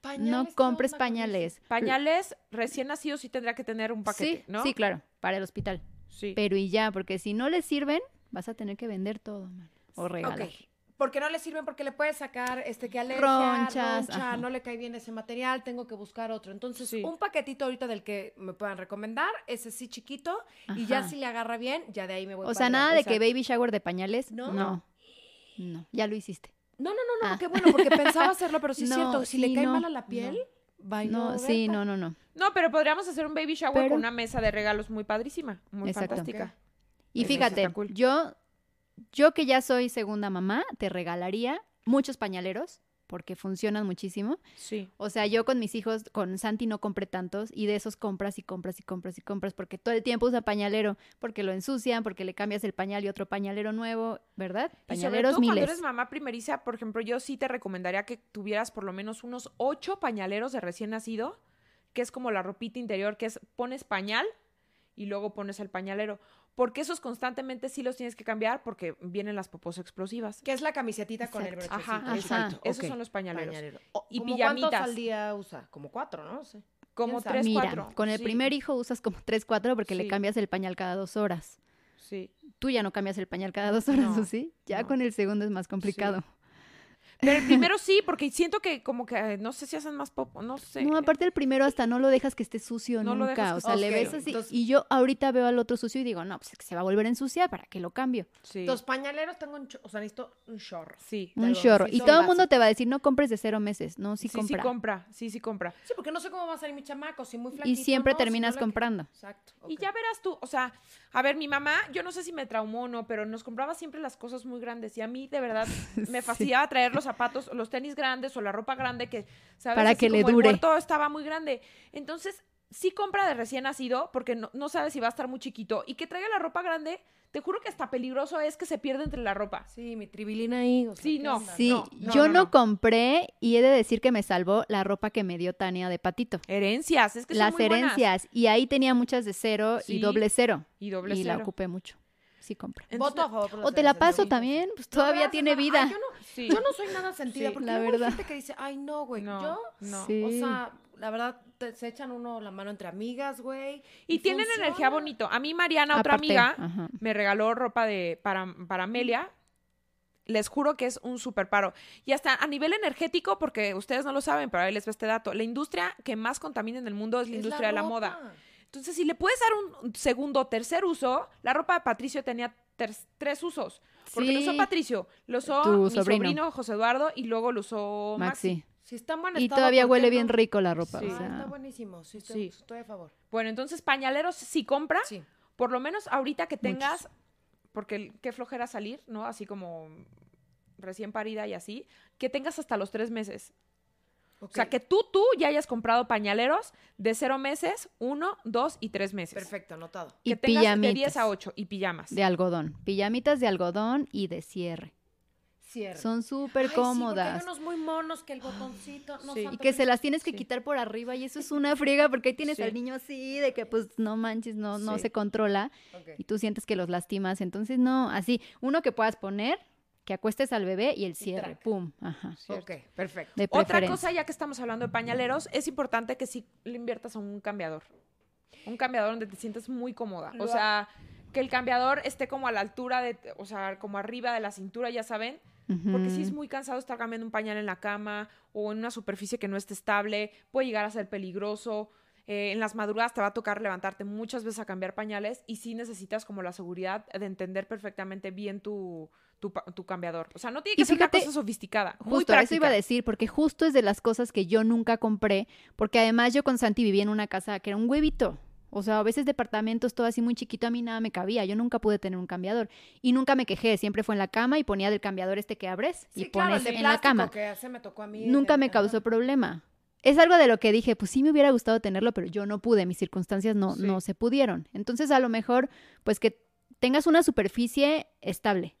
[SPEAKER 3] Pañales,
[SPEAKER 4] no
[SPEAKER 3] ¿qué
[SPEAKER 4] compres
[SPEAKER 3] onda con eso?
[SPEAKER 4] pañales.
[SPEAKER 2] Pañales recién nacidos sí tendrá que tener un paquete,
[SPEAKER 4] sí,
[SPEAKER 2] ¿no?
[SPEAKER 4] sí, claro, para el hospital.
[SPEAKER 2] Sí.
[SPEAKER 4] Pero y ya, porque si no les sirven, vas a tener que vender todo, man, o regalar.
[SPEAKER 3] Ok. Porque no le sirven, porque le puedes sacar este que alergia,
[SPEAKER 4] Ronchas,
[SPEAKER 3] roncha,
[SPEAKER 4] ajá.
[SPEAKER 3] no le cae bien ese material, tengo que buscar otro. Entonces,
[SPEAKER 2] Sí.
[SPEAKER 3] un paquetito ahorita del que me puedan recomendar, ese sí chiquito, y ya
[SPEAKER 4] Ajá.
[SPEAKER 3] si le agarra bien, ya de ahí me voy
[SPEAKER 4] O sea,
[SPEAKER 3] para allá.
[SPEAKER 4] nada de que
[SPEAKER 3] Exacto.
[SPEAKER 4] baby shower de pañales.
[SPEAKER 3] No.
[SPEAKER 4] No. No. ya lo hiciste.
[SPEAKER 3] No, no, no, no,
[SPEAKER 4] Ah.
[SPEAKER 3] qué bueno, porque pensaba hacerlo, pero sí
[SPEAKER 4] [LAUGHS]
[SPEAKER 3] es
[SPEAKER 4] No,
[SPEAKER 3] cierto, si le
[SPEAKER 4] sí,
[SPEAKER 3] cae
[SPEAKER 4] no,
[SPEAKER 3] mal a la
[SPEAKER 4] no.
[SPEAKER 3] piel, va y
[SPEAKER 4] No, sí,
[SPEAKER 3] Berta.
[SPEAKER 4] no, no, no.
[SPEAKER 2] No, pero podríamos hacer un baby shower
[SPEAKER 4] Pero-
[SPEAKER 2] con una mesa de regalos muy padrísima, muy
[SPEAKER 4] Exacto.
[SPEAKER 2] fantástica.
[SPEAKER 4] Y
[SPEAKER 2] Eso sí
[SPEAKER 4] fíjate,
[SPEAKER 2] está cool.
[SPEAKER 4] yo, yo que ya soy segunda mamá, te regalaría muchos pañaleros porque funcionan muchísimo.
[SPEAKER 2] Sí.
[SPEAKER 4] O sea, yo con mis hijos, con Santi no compré tantos y de esos compras y compras y compras y compras porque todo el tiempo usa pañalero, porque lo ensucian, porque le cambias el pañal y otro pañalero nuevo, ¿verdad?
[SPEAKER 2] Y sobre
[SPEAKER 4] Pañaleros
[SPEAKER 2] todo
[SPEAKER 4] miles.
[SPEAKER 2] cuando eres mamá primeriza, por ejemplo, yo sí te recomendaría que tuvieras por lo menos unos ocho pañaleros de recién nacido, que es como la ropita interior, que es pones pañal y luego pones el pañalero. Porque esos constantemente sí los tienes que cambiar porque vienen las popos explosivas.
[SPEAKER 3] Que es la camisetita con el brochecito.
[SPEAKER 2] Ajá,
[SPEAKER 4] Ajá.
[SPEAKER 2] exacto. Esos
[SPEAKER 3] ok.
[SPEAKER 2] son los pañaleros.
[SPEAKER 3] Pañalero. O-
[SPEAKER 2] Y
[SPEAKER 3] ¿cómo
[SPEAKER 2] pijamitas.
[SPEAKER 3] ¿Cuántos al día usa? Como cuatro, ¿no? Sí.
[SPEAKER 2] Como
[SPEAKER 3] Piensa.
[SPEAKER 2] tres,
[SPEAKER 4] Mira,
[SPEAKER 2] cuatro.
[SPEAKER 4] con el
[SPEAKER 2] Sí,
[SPEAKER 4] primer hijo usas como tres, cuatro porque
[SPEAKER 2] Sí.
[SPEAKER 4] le cambias el pañal cada dos horas.
[SPEAKER 2] Sí.
[SPEAKER 4] Tú ya no cambias el pañal cada dos horas,
[SPEAKER 2] No,
[SPEAKER 4] ¿o sí? Ya
[SPEAKER 2] no.
[SPEAKER 4] con el segundo es más complicado.
[SPEAKER 2] Pero el
[SPEAKER 4] [LAUGHS]
[SPEAKER 2] primero sí, porque siento que como que eh, no sé si hacen más popo, no sé.
[SPEAKER 4] No, aparte el primero hasta no lo dejas que esté sucio
[SPEAKER 2] No lo
[SPEAKER 4] nunca.
[SPEAKER 2] dejas que
[SPEAKER 4] o sea,
[SPEAKER 3] esté
[SPEAKER 4] le
[SPEAKER 3] sucio.
[SPEAKER 4] ves así.
[SPEAKER 3] Entonces-
[SPEAKER 4] y yo ahorita veo al otro sucio y digo, no, pues es que se va a volver a ensuciar, ¿para qué lo cambio?
[SPEAKER 2] Sí.
[SPEAKER 3] Los pañaleros tengo un cho- o sea, necesito un chorro.
[SPEAKER 2] sí.
[SPEAKER 4] Un
[SPEAKER 3] Pero
[SPEAKER 4] chorro.
[SPEAKER 3] sí
[SPEAKER 4] Y
[SPEAKER 3] son
[SPEAKER 4] todo el
[SPEAKER 3] básicos.
[SPEAKER 4] mundo te va a decir, no compres de cero meses. No, sí,
[SPEAKER 2] Sí, sí
[SPEAKER 4] compra.
[SPEAKER 2] compra, sí, sí compra.
[SPEAKER 3] Sí, porque no sé cómo va a salir mi chamaco, si muy
[SPEAKER 4] y
[SPEAKER 3] flaquito.
[SPEAKER 4] siempre
[SPEAKER 3] ¿no? Si no
[SPEAKER 4] terminas
[SPEAKER 3] le-
[SPEAKER 4] comprando.
[SPEAKER 3] Exacto.
[SPEAKER 2] Y ya verás tú, o sea, a ver, mi mamá, yo no sé si me traumó o no, pero nos compraba siempre las cosas muy grandes y a mí de
[SPEAKER 4] [LAUGHS]
[SPEAKER 2] verdad me
[SPEAKER 4] Sí.
[SPEAKER 2] fastidiaba traer los zapatos, los tenis grandes o la ropa grande que, ¿sabes?
[SPEAKER 4] Para
[SPEAKER 2] Así
[SPEAKER 4] que le
[SPEAKER 2] como el
[SPEAKER 4] dure.
[SPEAKER 2] puerto estaba muy grande. Entonces, sí compra de recién nacido porque no, no sabes si va a estar muy chiquito y que traiga la ropa grande, te juro que hasta peligroso es que se pierde entre la ropa.
[SPEAKER 3] Sí, mi tribilina ahí. o sea,
[SPEAKER 2] Sí,
[SPEAKER 3] ¿qué
[SPEAKER 2] no.
[SPEAKER 3] onda?
[SPEAKER 4] Sí,
[SPEAKER 2] No, no,
[SPEAKER 4] yo
[SPEAKER 2] no,
[SPEAKER 4] no,
[SPEAKER 2] no.
[SPEAKER 4] compré y he de decir que me salvó la ropa que me dio Tania de patito.
[SPEAKER 2] Herencias, es que son
[SPEAKER 4] Las
[SPEAKER 2] muy buenas.
[SPEAKER 4] herencias. Y ahí tenía muchas de cero
[SPEAKER 2] Sí,
[SPEAKER 4] y doble cero.
[SPEAKER 2] y doble
[SPEAKER 4] la
[SPEAKER 2] cero.
[SPEAKER 4] ocupé mucho. Sí, compré.
[SPEAKER 2] Entonces-
[SPEAKER 3] Voto a favor. por las
[SPEAKER 4] O te la
[SPEAKER 3] herencias,
[SPEAKER 4] paso
[SPEAKER 3] ¿no?
[SPEAKER 4] también, pues
[SPEAKER 3] No,
[SPEAKER 4] todavía
[SPEAKER 3] gracias,
[SPEAKER 4] tiene
[SPEAKER 3] no. Ay,
[SPEAKER 4] vida.
[SPEAKER 3] yo, no,
[SPEAKER 2] Sí.
[SPEAKER 3] yo no soy nada sentida,
[SPEAKER 2] Sí,
[SPEAKER 3] porque
[SPEAKER 4] la
[SPEAKER 3] luego hay
[SPEAKER 4] verdad.
[SPEAKER 3] gente que dice, ay, no, güey,
[SPEAKER 2] No,
[SPEAKER 3] yo...
[SPEAKER 2] no.
[SPEAKER 4] Sí.
[SPEAKER 3] O sea, la verdad, te- se echan uno la mano entre amigas, güey.
[SPEAKER 2] Y tienen
[SPEAKER 3] funciona.
[SPEAKER 2] energía bonito. A mí Mariana, otra
[SPEAKER 4] Aparte,
[SPEAKER 2] amiga,
[SPEAKER 4] ajá.
[SPEAKER 2] me regaló ropa de para, para Amelia. Les juro que es un super paro. Y hasta a nivel energético, porque ustedes no lo saben, pero ahí les va este dato. La industria que más contamina en el mundo es la
[SPEAKER 3] Es
[SPEAKER 2] industria de la moda.
[SPEAKER 3] ropa.
[SPEAKER 2] Entonces, si le puedes dar un segundo o tercer uso, la ropa de Patricio tenía ter- tres usos. Porque lo usó
[SPEAKER 4] Sí.
[SPEAKER 2] Patricio, lo usó
[SPEAKER 4] Tu
[SPEAKER 2] mi sobrino.
[SPEAKER 4] sobrino.
[SPEAKER 2] José Eduardo y luego lo usó Maxi.
[SPEAKER 4] Maxi.
[SPEAKER 3] Si está en buen
[SPEAKER 4] Y
[SPEAKER 3] estado,
[SPEAKER 4] todavía
[SPEAKER 3] ¿por qué
[SPEAKER 4] huele
[SPEAKER 3] no?
[SPEAKER 4] bien rico la ropa.
[SPEAKER 2] Sí.
[SPEAKER 4] o
[SPEAKER 3] Ah,
[SPEAKER 4] sea.
[SPEAKER 3] está buenísimo. Sí, estoy,
[SPEAKER 2] Sí. Ah.
[SPEAKER 3] estoy a favor.
[SPEAKER 2] Bueno, entonces pañaleros sí compra.
[SPEAKER 3] Sí.
[SPEAKER 2] por lo menos ahorita que tengas, porque el- qué flojera salir, ¿no? Así como recién parida y así, que tengas hasta los tres meses. O sea,
[SPEAKER 3] Ok,
[SPEAKER 2] que tú, tú ya hayas comprado pañaleros de cero meses, uno, dos y tres meses.
[SPEAKER 3] Perfecto, anotado.
[SPEAKER 2] Que
[SPEAKER 4] Y
[SPEAKER 2] tengas de 10 a
[SPEAKER 4] pijamitas
[SPEAKER 2] 8 y pijamas.
[SPEAKER 4] de algodón. Pijamitas de algodón y de cierre.
[SPEAKER 3] Cierre.
[SPEAKER 4] Son súper
[SPEAKER 3] Ay, Sí, porque
[SPEAKER 4] cómodas.
[SPEAKER 3] hay unos muy monos que el botoncito. No,
[SPEAKER 2] Sí.
[SPEAKER 4] Y
[SPEAKER 3] santo
[SPEAKER 4] que se
[SPEAKER 3] Cristo.
[SPEAKER 4] las tienes que
[SPEAKER 2] Sí.
[SPEAKER 4] quitar por arriba y eso es una friega porque ahí tienes
[SPEAKER 2] Sí.
[SPEAKER 4] al niño así de que pues no manches, no, no
[SPEAKER 2] Sí.
[SPEAKER 4] se controla
[SPEAKER 3] Ok.
[SPEAKER 4] y tú sientes que los lastimas. Entonces no, así, uno que puedas poner, que acuestes al bebé y el cierre,
[SPEAKER 3] trac.
[SPEAKER 4] pum, ajá.
[SPEAKER 3] Ok, perfecto.
[SPEAKER 4] De
[SPEAKER 2] Otra
[SPEAKER 4] preferencia.
[SPEAKER 2] cosa, ya que estamos hablando de pañaleros, es importante que sí le inviertas a un cambiador. Un cambiador donde te sientas muy cómoda. O
[SPEAKER 3] Lo-
[SPEAKER 2] sea, que el cambiador esté como a la altura de, o sea, como arriba de la cintura, ya saben, Porque sí es
[SPEAKER 4] Ujú.
[SPEAKER 2] muy cansado estar cambiando un pañal en la cama o en una superficie que no esté estable, puede llegar a ser peligroso. eh, en las madrugadas te va a tocar levantarte muchas veces a cambiar pañales y sí necesitas como la seguridad de entender perfectamente bien tu, tu, pa- tu cambiador. O sea, no tiene que
[SPEAKER 4] Y
[SPEAKER 2] ser
[SPEAKER 4] fíjate,
[SPEAKER 2] una cosa sofisticada. Muy
[SPEAKER 4] Justo, eso iba
[SPEAKER 2] práctica.
[SPEAKER 4] a decir, porque justo es de las cosas que yo nunca compré, porque además yo con Santi vivía en una casa que era un huevito. O sea, a veces departamentos, todo así muy chiquito, a mí nada me cabía. Yo nunca pude tener un cambiador. Y nunca me quejé, siempre fue en la cama y ponía del cambiador este que abres y
[SPEAKER 3] Sí, claro,
[SPEAKER 4] pones
[SPEAKER 3] el de
[SPEAKER 4] en la
[SPEAKER 3] plástico
[SPEAKER 4] cama.
[SPEAKER 3] que se me tocó a mí,
[SPEAKER 4] Nunca
[SPEAKER 3] de-
[SPEAKER 4] me
[SPEAKER 3] ajá.
[SPEAKER 4] causó problema. Es algo de lo que dije, pues sí me hubiera gustado tenerlo, pero yo no pude, mis circunstancias no,
[SPEAKER 2] Sí.
[SPEAKER 4] no se pudieron. Entonces, a lo mejor, pues que tengas una superficie estable.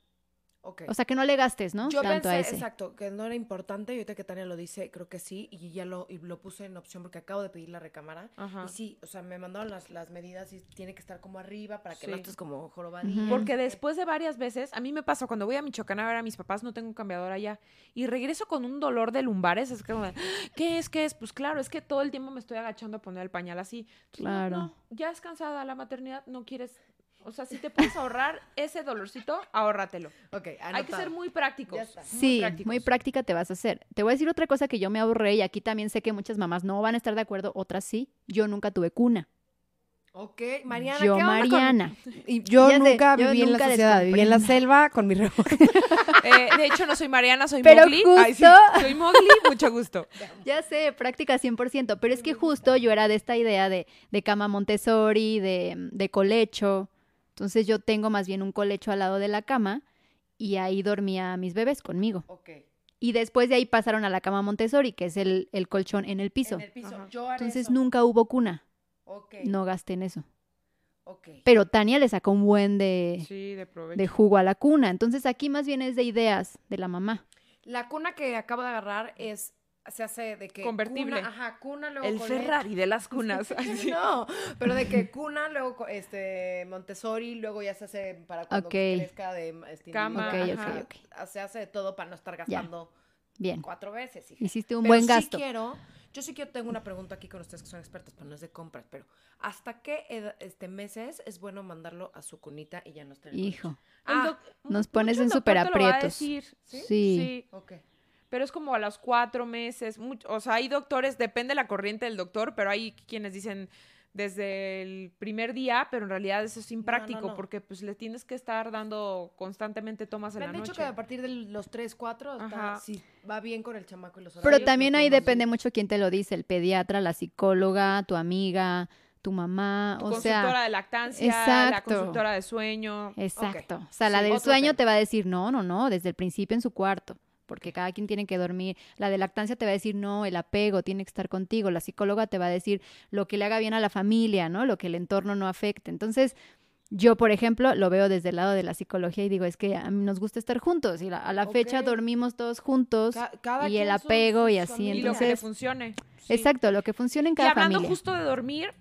[SPEAKER 3] Ok.
[SPEAKER 4] O sea, que no le gastes, ¿no?
[SPEAKER 3] Yo
[SPEAKER 4] Tanto
[SPEAKER 3] pensé,
[SPEAKER 4] a ese.
[SPEAKER 3] exacto, que no era importante. Y ahorita que Tania lo dice, creo que sí. Y ya lo, y lo puse en opción porque acabo de pedir la recámara.
[SPEAKER 2] Ajá.
[SPEAKER 3] Y sí, o sea, me mandaron las, las medidas y tiene que estar como arriba para que
[SPEAKER 2] Sí.
[SPEAKER 3] no estés como jorobadilla.
[SPEAKER 4] Ujú.
[SPEAKER 2] Porque después de varias veces, a mí me pasa cuando voy a Michoacán a ver a mis papás, no tengo un cambiador allá. Y regreso con un dolor de lumbares. Es como, de, ¿qué es? ¿Qué es? Pues claro, es que todo el tiempo me estoy agachando a poner el pañal así. Entonces, no,
[SPEAKER 4] Claro.
[SPEAKER 2] No, ya es cansada la maternidad, no quieres. O sea, si te puedes ahorrar ese dolorcito, ahórratelo.
[SPEAKER 3] Ok,
[SPEAKER 2] Hay que ser muy prácticos.
[SPEAKER 3] Ya está.
[SPEAKER 4] Sí,
[SPEAKER 2] prácticos.
[SPEAKER 4] muy práctica te vas a hacer. Te voy a decir otra cosa que yo me ahorré y aquí también sé que muchas mamás no van a estar de acuerdo, otras sí. Yo nunca tuve cuna.
[SPEAKER 3] Ok, Mariana.
[SPEAKER 4] yo,
[SPEAKER 3] ¿qué onda con- [LAUGHS]
[SPEAKER 4] Mariana.
[SPEAKER 3] Y yo
[SPEAKER 4] Ya sé,
[SPEAKER 3] nunca
[SPEAKER 4] yo
[SPEAKER 3] viví en
[SPEAKER 4] nunca
[SPEAKER 3] la sociedad, viví en la
[SPEAKER 4] descomprendo.
[SPEAKER 3] selva con mi [LAUGHS] remo.
[SPEAKER 2] Eh, de hecho, no soy Mariana, soy
[SPEAKER 4] Pero
[SPEAKER 2] Mowgli. Ay, sí,
[SPEAKER 4] justo-
[SPEAKER 2] soy Mowgli, mucho gusto.
[SPEAKER 4] Ya sé, práctica 100%, pero es que justo yo era de esta idea de, de cama Montessori, de, de colecho. Entonces yo tengo más bien un colecho al lado de la cama y ahí dormía mis bebés conmigo.
[SPEAKER 3] ok.
[SPEAKER 4] Y después de ahí pasaron a la cama Montessori, que es el, el colchón en el piso.
[SPEAKER 3] En el piso.
[SPEAKER 2] Ajá.
[SPEAKER 3] Yo haré
[SPEAKER 4] Entonces
[SPEAKER 3] eso.
[SPEAKER 4] nunca hubo cuna.
[SPEAKER 3] Ok.
[SPEAKER 4] No gasté en eso.
[SPEAKER 3] Ok.
[SPEAKER 4] Pero Tania le sacó un buen de...
[SPEAKER 2] Sí, de
[SPEAKER 3] Pues.
[SPEAKER 2] provecho.
[SPEAKER 4] de jugo a la cuna. Entonces aquí más bien es de ideas de la mamá.
[SPEAKER 3] La cuna que acabo de agarrar es. Se hace de que.
[SPEAKER 2] Convertible.
[SPEAKER 3] cuna- ajá, cuna, luego.
[SPEAKER 2] el
[SPEAKER 3] colete.
[SPEAKER 2] Ferrari de las
[SPEAKER 3] [LAUGHS]
[SPEAKER 2] cunas. [LAUGHS] Ay, sí.
[SPEAKER 3] No, pero de que cuna, luego co- este Montessori, luego ya se hace para cuando
[SPEAKER 4] Ok.
[SPEAKER 3] crezca de este,
[SPEAKER 2] Cama,
[SPEAKER 4] Ok,
[SPEAKER 3] individual,
[SPEAKER 4] ok,
[SPEAKER 3] ajá.
[SPEAKER 4] ok.
[SPEAKER 3] Ah, Se hace de todo para no estar gastando
[SPEAKER 4] Bien.
[SPEAKER 3] cuatro veces. hija.
[SPEAKER 4] Hiciste un
[SPEAKER 3] Pero
[SPEAKER 4] buen
[SPEAKER 3] sí
[SPEAKER 4] gasto.
[SPEAKER 3] quiero, yo sí quiero, tengo una pregunta aquí con ustedes que son expertos, pero no es de compras, pero ¿hasta qué ed- este, meses es bueno mandarlo a su cunita y ya no estar en el
[SPEAKER 4] Hijo.
[SPEAKER 2] El
[SPEAKER 3] Ah,
[SPEAKER 2] doc-
[SPEAKER 4] nos
[SPEAKER 2] mu-
[SPEAKER 4] pones
[SPEAKER 2] mucho
[SPEAKER 4] en
[SPEAKER 2] doctor te lo va a
[SPEAKER 4] superaprietos.
[SPEAKER 2] decir.
[SPEAKER 4] Sí.
[SPEAKER 2] Sí.
[SPEAKER 3] coche? Ok.
[SPEAKER 2] Pero es como a los cuatro meses. much- o sea, hay doctores, depende la corriente del doctor, pero hay quienes dicen desde el primer día, pero en realidad eso es impráctico
[SPEAKER 3] no.
[SPEAKER 2] porque pues le tienes que estar dando constantemente tomas en
[SPEAKER 3] Me
[SPEAKER 2] la
[SPEAKER 3] han dicho
[SPEAKER 2] noche.
[SPEAKER 3] que a partir de los 3, 4,
[SPEAKER 2] Ajá.
[SPEAKER 3] si va bien con el chamaco y los horarios.
[SPEAKER 4] Pero
[SPEAKER 3] lo
[SPEAKER 4] también ahí
[SPEAKER 3] podemos-
[SPEAKER 4] depende mucho quién te lo dice, el pediatra, la psicóloga, tu amiga, tu mamá,
[SPEAKER 2] Tu
[SPEAKER 4] o
[SPEAKER 2] consultora
[SPEAKER 4] sea,
[SPEAKER 2] de lactancia, la
[SPEAKER 4] exacto.
[SPEAKER 2] consultora de sueño.
[SPEAKER 4] exacto. O sea, la
[SPEAKER 3] Sí,
[SPEAKER 4] del
[SPEAKER 3] otro
[SPEAKER 4] sueño
[SPEAKER 3] tema.
[SPEAKER 4] te va a decir, "No, no, no, desde el principio en su cuarto." Porque cada quien tiene que dormir. La de lactancia te va a decir, no, el apego tiene que estar contigo. La psicóloga te va a decir lo que le haga bien a la familia, ¿no? Lo que el entorno no afecte. Entonces, Yo, por ejemplo, lo veo desde el lado de la psicología y digo, es que a mí nos gusta estar juntos y la- a la fecha
[SPEAKER 3] Ok.
[SPEAKER 4] dormimos todos juntos.
[SPEAKER 3] Ca- cada
[SPEAKER 4] y el
[SPEAKER 3] quien sus-
[SPEAKER 4] apego y
[SPEAKER 3] sus
[SPEAKER 4] así,
[SPEAKER 2] y
[SPEAKER 3] familias.
[SPEAKER 2] lo que le
[SPEAKER 4] entonces-
[SPEAKER 2] funcione. Sí.
[SPEAKER 4] Exacto, lo que funciona en
[SPEAKER 2] Y
[SPEAKER 4] cada
[SPEAKER 2] hablando
[SPEAKER 4] familia.
[SPEAKER 2] justo de dormir,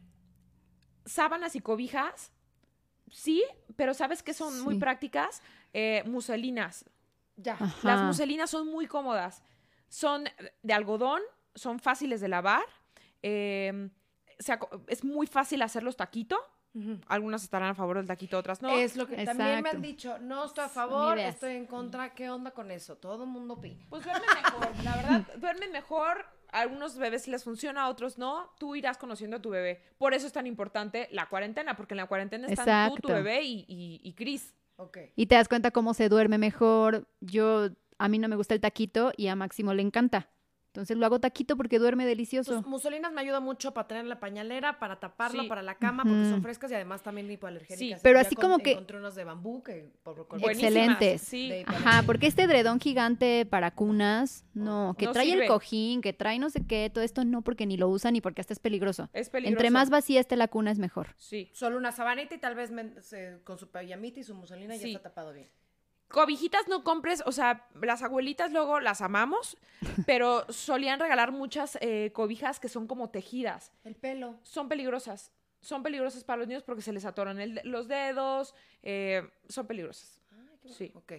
[SPEAKER 2] sábanas y cobijas, sí, pero sabes que son muy
[SPEAKER 4] Sí.
[SPEAKER 2] prácticas, eh, muselinas.
[SPEAKER 3] Ya.
[SPEAKER 4] Ajá.
[SPEAKER 2] Las muselinas son muy cómodas. Son de algodón, son fáciles de lavar. eh, se aco- es muy fácil hacerlos taquito.
[SPEAKER 3] Ujú.
[SPEAKER 2] Algunas estarán a favor del taquito, otras no.
[SPEAKER 3] es lo que también me
[SPEAKER 4] Exacto.
[SPEAKER 3] han dicho, no estoy a
[SPEAKER 4] Son
[SPEAKER 3] favor,
[SPEAKER 4] ideas.
[SPEAKER 3] estoy en contra, ¿qué onda con eso? Todo el mundo opina.
[SPEAKER 2] Pues duermen mejor, la verdad, duermen mejor. A algunos bebés les funciona, a otros no. Tú irás conociendo a tu bebé. Por eso es tan importante la cuarentena, porque en la cuarentena están tú, tu
[SPEAKER 4] Exacto.
[SPEAKER 2] bebé y, y, y Cris.
[SPEAKER 3] Ok.
[SPEAKER 4] Y te das cuenta cómo se duerme mejor. Yo, a mí no me gusta el taquito y a Máximo le encanta. Entonces lo hago taquito porque duerme delicioso.
[SPEAKER 2] Pues,
[SPEAKER 3] Entonces, muselinas me ayuda mucho para traer en la pañalera, para taparla,
[SPEAKER 2] Sí.
[SPEAKER 3] para la cama, porque son
[SPEAKER 4] Ujú.
[SPEAKER 3] frescas y además también hipoalergénicas.
[SPEAKER 2] Sí,
[SPEAKER 4] pero
[SPEAKER 3] Ya
[SPEAKER 4] así como que-
[SPEAKER 3] Encontré unos de bambú que... por- por-
[SPEAKER 2] Buenísimas,
[SPEAKER 4] Excelentes.
[SPEAKER 2] Sí.
[SPEAKER 3] De-
[SPEAKER 4] Ajá, porque este edredón gigante para cunas, no, que
[SPEAKER 2] No
[SPEAKER 4] trae
[SPEAKER 2] sirve.
[SPEAKER 4] el cojín, que trae no sé qué, todo esto no porque ni lo usan ni porque hasta es peligroso.
[SPEAKER 2] Es peligroso.
[SPEAKER 4] Entre más vacía esté la cuna es mejor.
[SPEAKER 2] Sí.
[SPEAKER 3] Solo una sabanita y tal vez men- se- con su pijamita y su muselina
[SPEAKER 2] Sí.
[SPEAKER 3] ya está tapado bien.
[SPEAKER 2] Cobijitas no compres, o sea, las abuelitas luego las
[SPEAKER 4] [LAUGHS]
[SPEAKER 2] amamos, pero solían regalar muchas eh, cobijas que son como tejidas.
[SPEAKER 3] El pelo.
[SPEAKER 2] Son peligrosas. Son peligrosas para los niños porque se les atoran el de- los dedos. eh, son peligrosas. Sí.
[SPEAKER 3] Ok,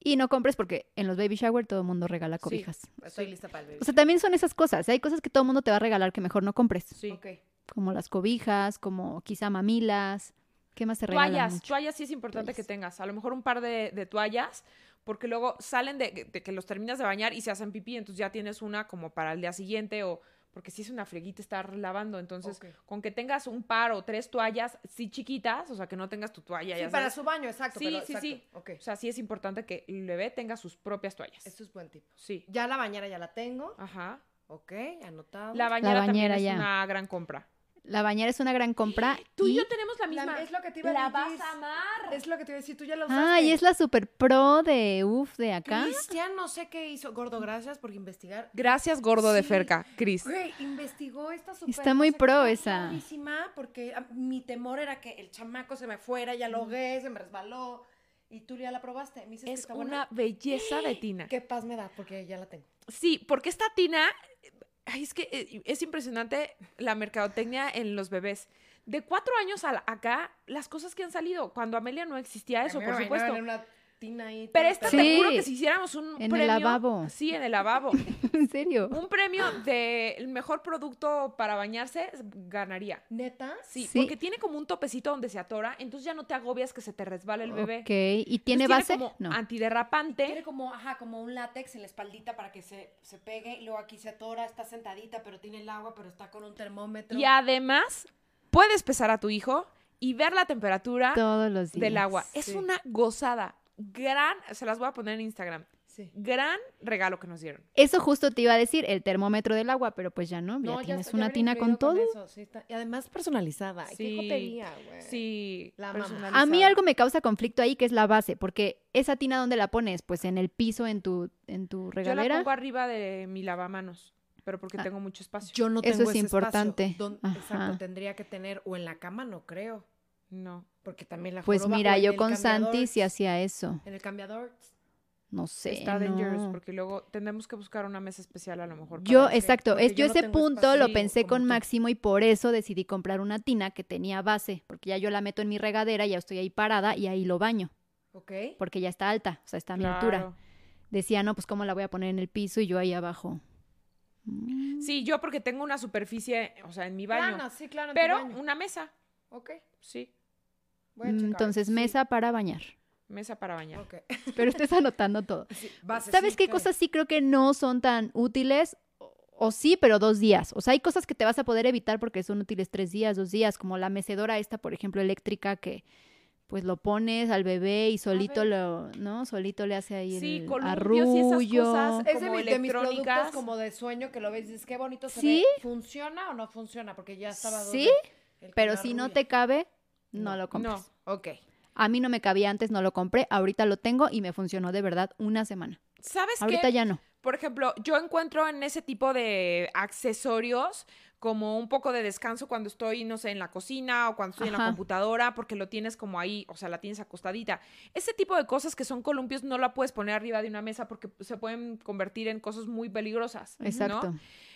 [SPEAKER 4] Y no compres porque en los baby shower todo el mundo regala
[SPEAKER 2] Sí.
[SPEAKER 4] cobijas.
[SPEAKER 3] estoy
[SPEAKER 2] Sí.
[SPEAKER 3] lista para el bebé.
[SPEAKER 4] O sea, también son esas cosas. ¿eh? Hay cosas que todo el mundo te va a regalar que mejor no compres.
[SPEAKER 2] Sí.
[SPEAKER 3] Ok.
[SPEAKER 4] Como las cobijas, como quizá mamilas. ¿Qué más te regalan?
[SPEAKER 2] Toallas,
[SPEAKER 4] mucho?
[SPEAKER 2] toallas sí es importante que
[SPEAKER 4] Toallas.
[SPEAKER 2] tengas. A lo mejor un par de, de toallas, porque luego salen de, de que los terminas de bañar y se hacen pipí, entonces ya tienes una como para el día siguiente o porque sí es una freguita estar lavando. Entonces,
[SPEAKER 3] Ok.
[SPEAKER 2] con que tengas un par o tres toallas, sí chiquitas, o sea, que no tengas tu toalla.
[SPEAKER 3] Sí,
[SPEAKER 2] ya
[SPEAKER 3] para
[SPEAKER 2] sabes.
[SPEAKER 3] su baño, exacto.
[SPEAKER 2] Sí,
[SPEAKER 3] pero-
[SPEAKER 2] sí,
[SPEAKER 3] exacto,
[SPEAKER 2] sí.
[SPEAKER 3] ok.
[SPEAKER 2] O sea, sí es importante que el bebé tenga sus propias toallas.
[SPEAKER 3] Eso es buen tip.
[SPEAKER 2] Sí.
[SPEAKER 3] Ya la bañera ya la tengo.
[SPEAKER 2] Ajá.
[SPEAKER 3] Ok, anotado.
[SPEAKER 2] Ah. La bañera,
[SPEAKER 4] bañera
[SPEAKER 2] también
[SPEAKER 4] ya.
[SPEAKER 2] es una gran compra.
[SPEAKER 4] La bañera es una gran compra.
[SPEAKER 2] [GASPS] Tú y,
[SPEAKER 4] y-
[SPEAKER 2] yo tenemos la misma.
[SPEAKER 3] es lo que te iba a
[SPEAKER 2] La
[SPEAKER 3] decir.
[SPEAKER 2] vas a amar.
[SPEAKER 3] Es lo que te iba a decir, tú ya la usaste.
[SPEAKER 4] Ah, y es la super pro de UF de acá.
[SPEAKER 3] Cristian, no sé qué hizo. Gordo, gracias por investigar.
[SPEAKER 2] Gracias, gordo de
[SPEAKER 3] Sí.
[SPEAKER 2] cerca, Cris.
[SPEAKER 3] Güey, investigó esta super...
[SPEAKER 4] Está muy pro
[SPEAKER 3] qué,
[SPEAKER 4] esa.
[SPEAKER 3] rarísima, porque ah, mi temor era que el chamaco se me fuera, ya lo ahogué, se me resbaló. Y tú ya la probaste. Me dices que
[SPEAKER 2] Es
[SPEAKER 3] está
[SPEAKER 2] una
[SPEAKER 3] buena.
[SPEAKER 2] belleza de tina.
[SPEAKER 3] Qué paz me da, porque ya la tengo.
[SPEAKER 2] Sí, porque esta tina, ay, es que eh, es impresionante la mercadotecnia en los bebés. De cuatro años a la- acá, las cosas que han salido, cuando Amelia no existía eso,
[SPEAKER 3] Me
[SPEAKER 2] por
[SPEAKER 3] bañaron
[SPEAKER 2] supuesto.
[SPEAKER 3] en una tina ahí,
[SPEAKER 2] Pero
[SPEAKER 3] toda
[SPEAKER 2] esta
[SPEAKER 3] perdida.
[SPEAKER 2] te juro
[SPEAKER 4] Sí.
[SPEAKER 2] que si hiciéramos un
[SPEAKER 4] En el
[SPEAKER 2] premio.
[SPEAKER 4] lavabo.
[SPEAKER 2] Sí, en el lavabo.
[SPEAKER 4] [LAUGHS] En serio.
[SPEAKER 2] un premio del mejor producto para bañarse ganaría.
[SPEAKER 3] ¿Neta?
[SPEAKER 2] Sí,
[SPEAKER 4] Sí.
[SPEAKER 2] porque tiene como un topecito donde se atora, entonces ya no te agobias que se te resbala el bebé.
[SPEAKER 4] Ok. ¿Y tiene
[SPEAKER 2] Entonces
[SPEAKER 4] base?
[SPEAKER 2] como
[SPEAKER 4] no.
[SPEAKER 3] Tiene
[SPEAKER 2] antiderrapante.
[SPEAKER 3] como, ajá, como un látex en la espaldita para que se, se pegue, y luego aquí se atora, está sentadita, pero tiene el agua, pero está con un termómetro.
[SPEAKER 2] Y además, puedes pesar a tu hijo y ver la temperatura
[SPEAKER 4] Todos los días.
[SPEAKER 2] del agua. Es
[SPEAKER 3] Sí.
[SPEAKER 2] una gozada. Gran, se las voy a poner en Instagram.
[SPEAKER 3] Sí.
[SPEAKER 2] Gran regalo que nos dieron.
[SPEAKER 4] Eso justo te iba a decir, el termómetro del agua, pero pues ya no, ya tienes una tina con todo.
[SPEAKER 3] Y además personalizada. ¿eh?
[SPEAKER 2] Ay, qué
[SPEAKER 3] Qué
[SPEAKER 2] Sí. jotería,
[SPEAKER 3] güey.
[SPEAKER 2] Sí,
[SPEAKER 3] La
[SPEAKER 2] personalizada.
[SPEAKER 4] A mí algo me causa conflicto ahí, que es la base, porque esa tina ¿dónde la pones? Pues en el piso, en tu, en
[SPEAKER 2] Yo
[SPEAKER 4] tu
[SPEAKER 2] la
[SPEAKER 4] regadera.
[SPEAKER 2] pongo arriba de mi lavamanos, pero porque
[SPEAKER 4] Ah.
[SPEAKER 2] tengo mucho espacio.
[SPEAKER 3] Yo no
[SPEAKER 4] Eso
[SPEAKER 3] tengo
[SPEAKER 4] es
[SPEAKER 3] ese
[SPEAKER 4] importante.
[SPEAKER 3] espacio. Don- Exacto,
[SPEAKER 4] Ajá.
[SPEAKER 3] tendría que tener o en la cama, no creo,
[SPEAKER 2] No.
[SPEAKER 3] porque también la
[SPEAKER 4] pues
[SPEAKER 3] joroba, o
[SPEAKER 4] mira,
[SPEAKER 3] en
[SPEAKER 4] yo
[SPEAKER 3] el
[SPEAKER 4] con Santi
[SPEAKER 3] cambiador.
[SPEAKER 4] sí hacía eso.
[SPEAKER 3] en el cambiador.
[SPEAKER 4] No sé.
[SPEAKER 2] Está dangerous,
[SPEAKER 4] no.
[SPEAKER 2] porque luego tendremos que buscar una mesa especial a lo mejor.
[SPEAKER 4] Yo,
[SPEAKER 2] para ese-
[SPEAKER 4] exacto,
[SPEAKER 3] porque
[SPEAKER 4] es,
[SPEAKER 3] yo
[SPEAKER 4] yo
[SPEAKER 3] no
[SPEAKER 4] ese
[SPEAKER 3] tengo
[SPEAKER 4] punto
[SPEAKER 3] espacio
[SPEAKER 4] lo pensé
[SPEAKER 3] como
[SPEAKER 4] con
[SPEAKER 3] tú.
[SPEAKER 4] Máximo y por eso decidí comprar una tina que tenía base, porque ya yo la meto en mi regadera, ya estoy ahí parada y ahí lo baño,
[SPEAKER 3] ¿Ok?
[SPEAKER 4] porque ya está alta, o sea, está a mi altura.
[SPEAKER 2] Claro.
[SPEAKER 4] Decía, no, pues cómo la voy a poner en el piso y yo ahí abajo. Mm.
[SPEAKER 2] Sí, yo porque tengo una superficie, o sea, en mi baño.
[SPEAKER 3] Plana, Ah, sí, claro, en tu
[SPEAKER 2] pero
[SPEAKER 3] baño.
[SPEAKER 2] una mesa,
[SPEAKER 3] Ok,
[SPEAKER 2] sí.
[SPEAKER 3] voy a
[SPEAKER 4] Mm,
[SPEAKER 3] checar.
[SPEAKER 4] Entonces, mesa para bañar.
[SPEAKER 2] Mesa para bañar.
[SPEAKER 3] Ok. [LAUGHS]
[SPEAKER 4] Pero estés anotando todo.
[SPEAKER 3] Sí, base,
[SPEAKER 4] ¿Sabes
[SPEAKER 3] sí,
[SPEAKER 4] qué
[SPEAKER 3] claro.
[SPEAKER 4] cosas sí creo que no son tan útiles? O- O sí, pero dos días. O sea, hay cosas que te vas a poder evitar porque son útiles tres días, dos días, como la mecedora esta, por ejemplo, eléctrica, que pues lo pones al bebé y solito
[SPEAKER 2] ver.
[SPEAKER 4] lo, ¿no? Solito le hace ahí
[SPEAKER 2] Sí,
[SPEAKER 4] el
[SPEAKER 2] columpios y esas
[SPEAKER 4] arrullo.
[SPEAKER 2] cosas. eh,
[SPEAKER 3] Es de,
[SPEAKER 2] como
[SPEAKER 3] mis- de mis
[SPEAKER 2] electrónicas.
[SPEAKER 3] productos como de sueño que lo ves, dices, qué bonito se
[SPEAKER 4] ¿Sí?
[SPEAKER 3] ve. ¿Funciona o no funciona? Porque ya estaba
[SPEAKER 4] Sí, Pero si no te cabe, no,
[SPEAKER 3] No.
[SPEAKER 4] lo compras.
[SPEAKER 2] No.
[SPEAKER 3] Ok.
[SPEAKER 4] A mí no me cabía antes, no lo compré. Ahorita lo tengo y me funcionó de verdad una semana.
[SPEAKER 2] ¿Sabes
[SPEAKER 4] Ahorita
[SPEAKER 2] qué?
[SPEAKER 4] ya no.
[SPEAKER 2] Por ejemplo, yo encuentro en ese tipo de accesorios como un poco de descanso cuando estoy, no sé, en la cocina o cuando estoy en la
[SPEAKER 4] Ajá.
[SPEAKER 2] computadora, porque lo tienes como ahí, o sea, la tienes acostadita. Ese tipo de cosas que son columpios no la puedes poner arriba de una mesa porque se pueden convertir en cosas muy peligrosas. ¿no?
[SPEAKER 4] Exacto.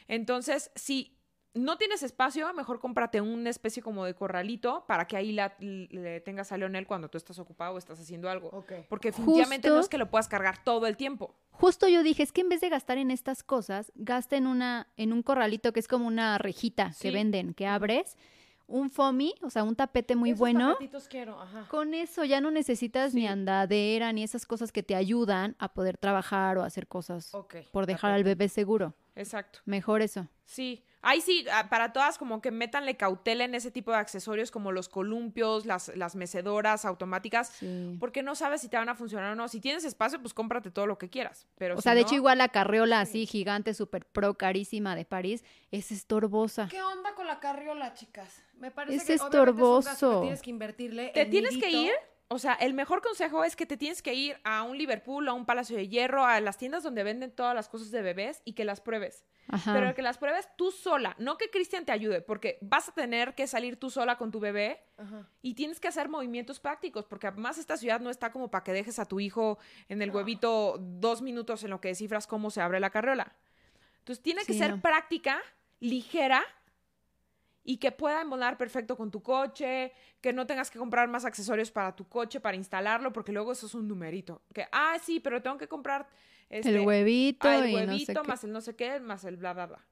[SPEAKER 2] Entonces, si no tienes espacio, mejor cómprate una especie como de corralito para que ahí la, le tengas a Leonel cuando tú estás ocupado o estás haciendo algo.
[SPEAKER 3] Ok.
[SPEAKER 2] Porque definitivamente no
[SPEAKER 4] Justo.
[SPEAKER 2] es que lo puedas cargar todo el tiempo.
[SPEAKER 4] Justo yo dije, es que en vez de gastar en estas cosas, gasta en una, en un corralito que es como una rejita
[SPEAKER 2] Sí.
[SPEAKER 4] que venden, que abres, un foamy, o sea, un tapete muy
[SPEAKER 3] Esos
[SPEAKER 4] bueno.
[SPEAKER 3] tapetitos quiero, ajá.
[SPEAKER 4] Con eso ya no necesitas ni
[SPEAKER 2] Sí.
[SPEAKER 4] andadera ni esas cosas que te ayudan a poder trabajar o hacer cosas
[SPEAKER 3] Ok.
[SPEAKER 4] por dejar al bebé seguro.
[SPEAKER 2] Exacto.
[SPEAKER 4] Mejor eso.
[SPEAKER 2] Sí, ahí sí, ah, para todas como que métanle cautela en ese tipo de accesorios como los columpios, las, las mecedoras automáticas,
[SPEAKER 4] Sí.
[SPEAKER 2] porque no sabes si te van a funcionar o no. Si tienes espacio, pues cómprate todo lo que quieras. Pero
[SPEAKER 4] O
[SPEAKER 2] si
[SPEAKER 4] sea, de hecho,
[SPEAKER 2] no-
[SPEAKER 4] igual la carriola así gigante, súper pro, carísima de París, es estorbosa.
[SPEAKER 3] ¿Qué onda con la carriola, chicas? Me parece
[SPEAKER 4] Es
[SPEAKER 3] que obviamente es un gasto que
[SPEAKER 4] estorboso.
[SPEAKER 3] tienes que invertirle.
[SPEAKER 2] Te
[SPEAKER 3] el
[SPEAKER 2] tienes que
[SPEAKER 3] nidito.
[SPEAKER 2] ir. O sea, el mejor consejo es que te tienes que ir a un Liverpool, a un Palacio de Hierro, a las tiendas donde venden todas las cosas de bebés y que las pruebes.
[SPEAKER 4] Ajá.
[SPEAKER 2] Pero que las pruebes tú sola, no que Cristian te ayude, porque vas a tener que salir tú sola con tu bebé
[SPEAKER 3] Ajá.
[SPEAKER 2] y tienes que hacer movimientos prácticos, porque además esta ciudad no está como para que dejes a tu hijo en el huevito dos minutos en lo que descifras cómo se abre la carriola. Entonces tiene que
[SPEAKER 4] Sí,
[SPEAKER 2] ser
[SPEAKER 4] no.
[SPEAKER 2] práctica, ligera y que pueda embonar perfecto con tu coche, que no tengas que comprar más accesorios para tu coche, para instalarlo, porque luego eso es un numerito. Que, ah, sí, pero tengo que comprar este,
[SPEAKER 4] el huevito
[SPEAKER 2] ah, el
[SPEAKER 4] y no sé
[SPEAKER 2] huevito,
[SPEAKER 4] qué.
[SPEAKER 2] más el no sé qué, más el bla, bla, bla.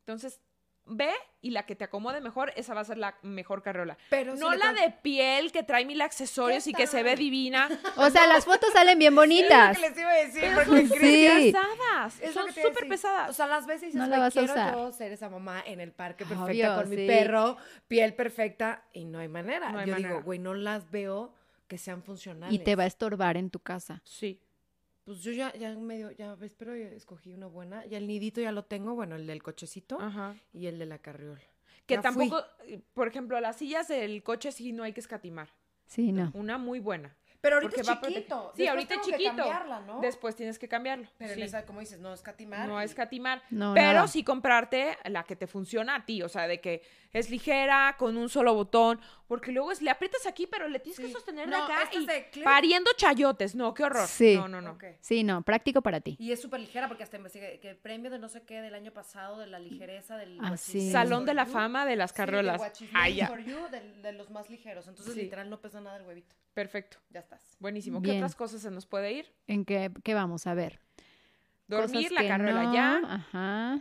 [SPEAKER 2] Entonces, ve y la que te acomode mejor, esa va a ser la mejor carreola.
[SPEAKER 3] Pero
[SPEAKER 2] no la de piel que trae mil accesorios
[SPEAKER 3] ¿Qué
[SPEAKER 2] y que se ve
[SPEAKER 3] tal?
[SPEAKER 2] divina.
[SPEAKER 4] O sea,
[SPEAKER 2] [LAUGHS]
[SPEAKER 4] las fotos salen bien bonitas.
[SPEAKER 3] Es lo que les iba a decir,
[SPEAKER 2] Pero
[SPEAKER 3] porque
[SPEAKER 2] son
[SPEAKER 3] Cristian-
[SPEAKER 4] Sí.
[SPEAKER 2] pesadas.
[SPEAKER 3] es lo
[SPEAKER 2] son
[SPEAKER 3] que te iba a
[SPEAKER 2] súper
[SPEAKER 3] decir.
[SPEAKER 2] pesadas.
[SPEAKER 3] O sea, las veces dices,
[SPEAKER 4] No la
[SPEAKER 3] "Güey,
[SPEAKER 4] vas a
[SPEAKER 3] quiero
[SPEAKER 4] usar". Ah,
[SPEAKER 3] yo ser esa mamá en el parque perfecta
[SPEAKER 4] Obvio,
[SPEAKER 3] con mi
[SPEAKER 4] sí.
[SPEAKER 3] perro, piel perfecta, y no hay manera.
[SPEAKER 2] No hay
[SPEAKER 3] yo
[SPEAKER 2] manera.
[SPEAKER 3] digo, güey, no las veo que sean funcionales.
[SPEAKER 4] Y te va a estorbar en tu casa.
[SPEAKER 2] sí.
[SPEAKER 3] Pues yo ya, ya medio, ya ves, pero ya escogí una buena. Ya el nidito ya lo tengo, bueno, el del cochecito
[SPEAKER 2] Ajá.
[SPEAKER 3] y el de la carriola.
[SPEAKER 2] Ah. Que
[SPEAKER 3] Ya fui.
[SPEAKER 2] tampoco, eh, por ejemplo, las sillas del coche sí no hay que escatimar.
[SPEAKER 4] Sí, no.
[SPEAKER 2] Una muy buena.
[SPEAKER 3] Pero ahorita
[SPEAKER 2] Porque
[SPEAKER 3] es
[SPEAKER 2] va a prote-
[SPEAKER 3] chiquito.
[SPEAKER 2] Sí,
[SPEAKER 3] después
[SPEAKER 2] ahorita es
[SPEAKER 3] tengo que
[SPEAKER 2] chiquito.
[SPEAKER 3] cambiarla, ¿no?
[SPEAKER 2] Después tienes que cambiarlo.
[SPEAKER 3] Pero en
[SPEAKER 2] sí.
[SPEAKER 3] esa, como dices, no escatimar.
[SPEAKER 2] No
[SPEAKER 3] y-
[SPEAKER 2] escatimar.
[SPEAKER 4] No,
[SPEAKER 2] pero
[SPEAKER 4] nada.
[SPEAKER 2] sí comprarte la que te funciona a ti. O sea, de que es ligera, con un solo botón. Porque luego es, le aprietas aquí, pero le tienes que
[SPEAKER 3] Sí.
[SPEAKER 2] sostener
[SPEAKER 3] No,
[SPEAKER 2] de acá
[SPEAKER 3] esta
[SPEAKER 2] y
[SPEAKER 3] es de clip.
[SPEAKER 2] pariendo chayotes. No, qué horror.
[SPEAKER 4] Sí.
[SPEAKER 2] No, no, no.
[SPEAKER 3] Ok.
[SPEAKER 4] Sí, no, práctico para ti.
[SPEAKER 3] Y es súper ligera porque hasta investigué que el premio de no sé qué del año pasado de la ligereza del
[SPEAKER 4] Ah,
[SPEAKER 3] guachismán
[SPEAKER 4] sí.
[SPEAKER 2] Salón
[SPEAKER 3] for
[SPEAKER 2] de la
[SPEAKER 3] you.
[SPEAKER 2] fama de las
[SPEAKER 3] Sí, del
[SPEAKER 2] carrolas.
[SPEAKER 3] guachismán
[SPEAKER 2] Ay, ya.
[SPEAKER 3] for you, del- de los más ligeros. Entonces
[SPEAKER 2] Sí.
[SPEAKER 3] literal no pesa nada el huevito.
[SPEAKER 2] Perfecto.
[SPEAKER 3] Ya estás.
[SPEAKER 2] Buenísimo. ¿Qué
[SPEAKER 4] Bien.
[SPEAKER 2] otras cosas se nos puede ir?
[SPEAKER 4] ¿En qué, qué vamos a ver?
[SPEAKER 2] Dormir,
[SPEAKER 4] Cosas
[SPEAKER 2] la
[SPEAKER 4] que
[SPEAKER 2] carriola
[SPEAKER 4] no,
[SPEAKER 2] ya.
[SPEAKER 4] Ajá.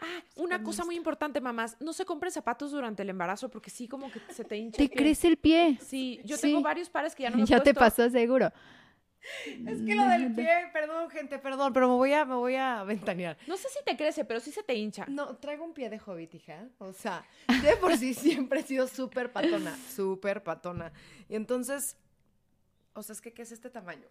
[SPEAKER 2] Ah, una
[SPEAKER 4] pues con
[SPEAKER 2] cosa muy importante, mamás. No se compren zapatos durante el embarazo porque sí, como que se te hincha.
[SPEAKER 4] Te
[SPEAKER 2] el pie.
[SPEAKER 4] crece el pie.
[SPEAKER 2] Sí, yo
[SPEAKER 4] Sí.
[SPEAKER 2] tengo varios pares que
[SPEAKER 4] [LAUGHS]
[SPEAKER 2] ya no me he
[SPEAKER 4] Ya te
[SPEAKER 2] puesto.
[SPEAKER 4] pasó seguro.
[SPEAKER 3] Es que
[SPEAKER 2] Mm.
[SPEAKER 3] lo del pie, perdón, gente, perdón, pero me voy a, me voy a ventanear.
[SPEAKER 2] No sé si te crece, pero sí se te
[SPEAKER 4] [LAUGHS]
[SPEAKER 2] hincha.
[SPEAKER 3] No, traigo un pie de hobbit, hija. O sea, yo de por sí [LAUGHS] siempre he sido súper patona, súper patona. Y entonces, o sea, es que ¿qué es este tamaño?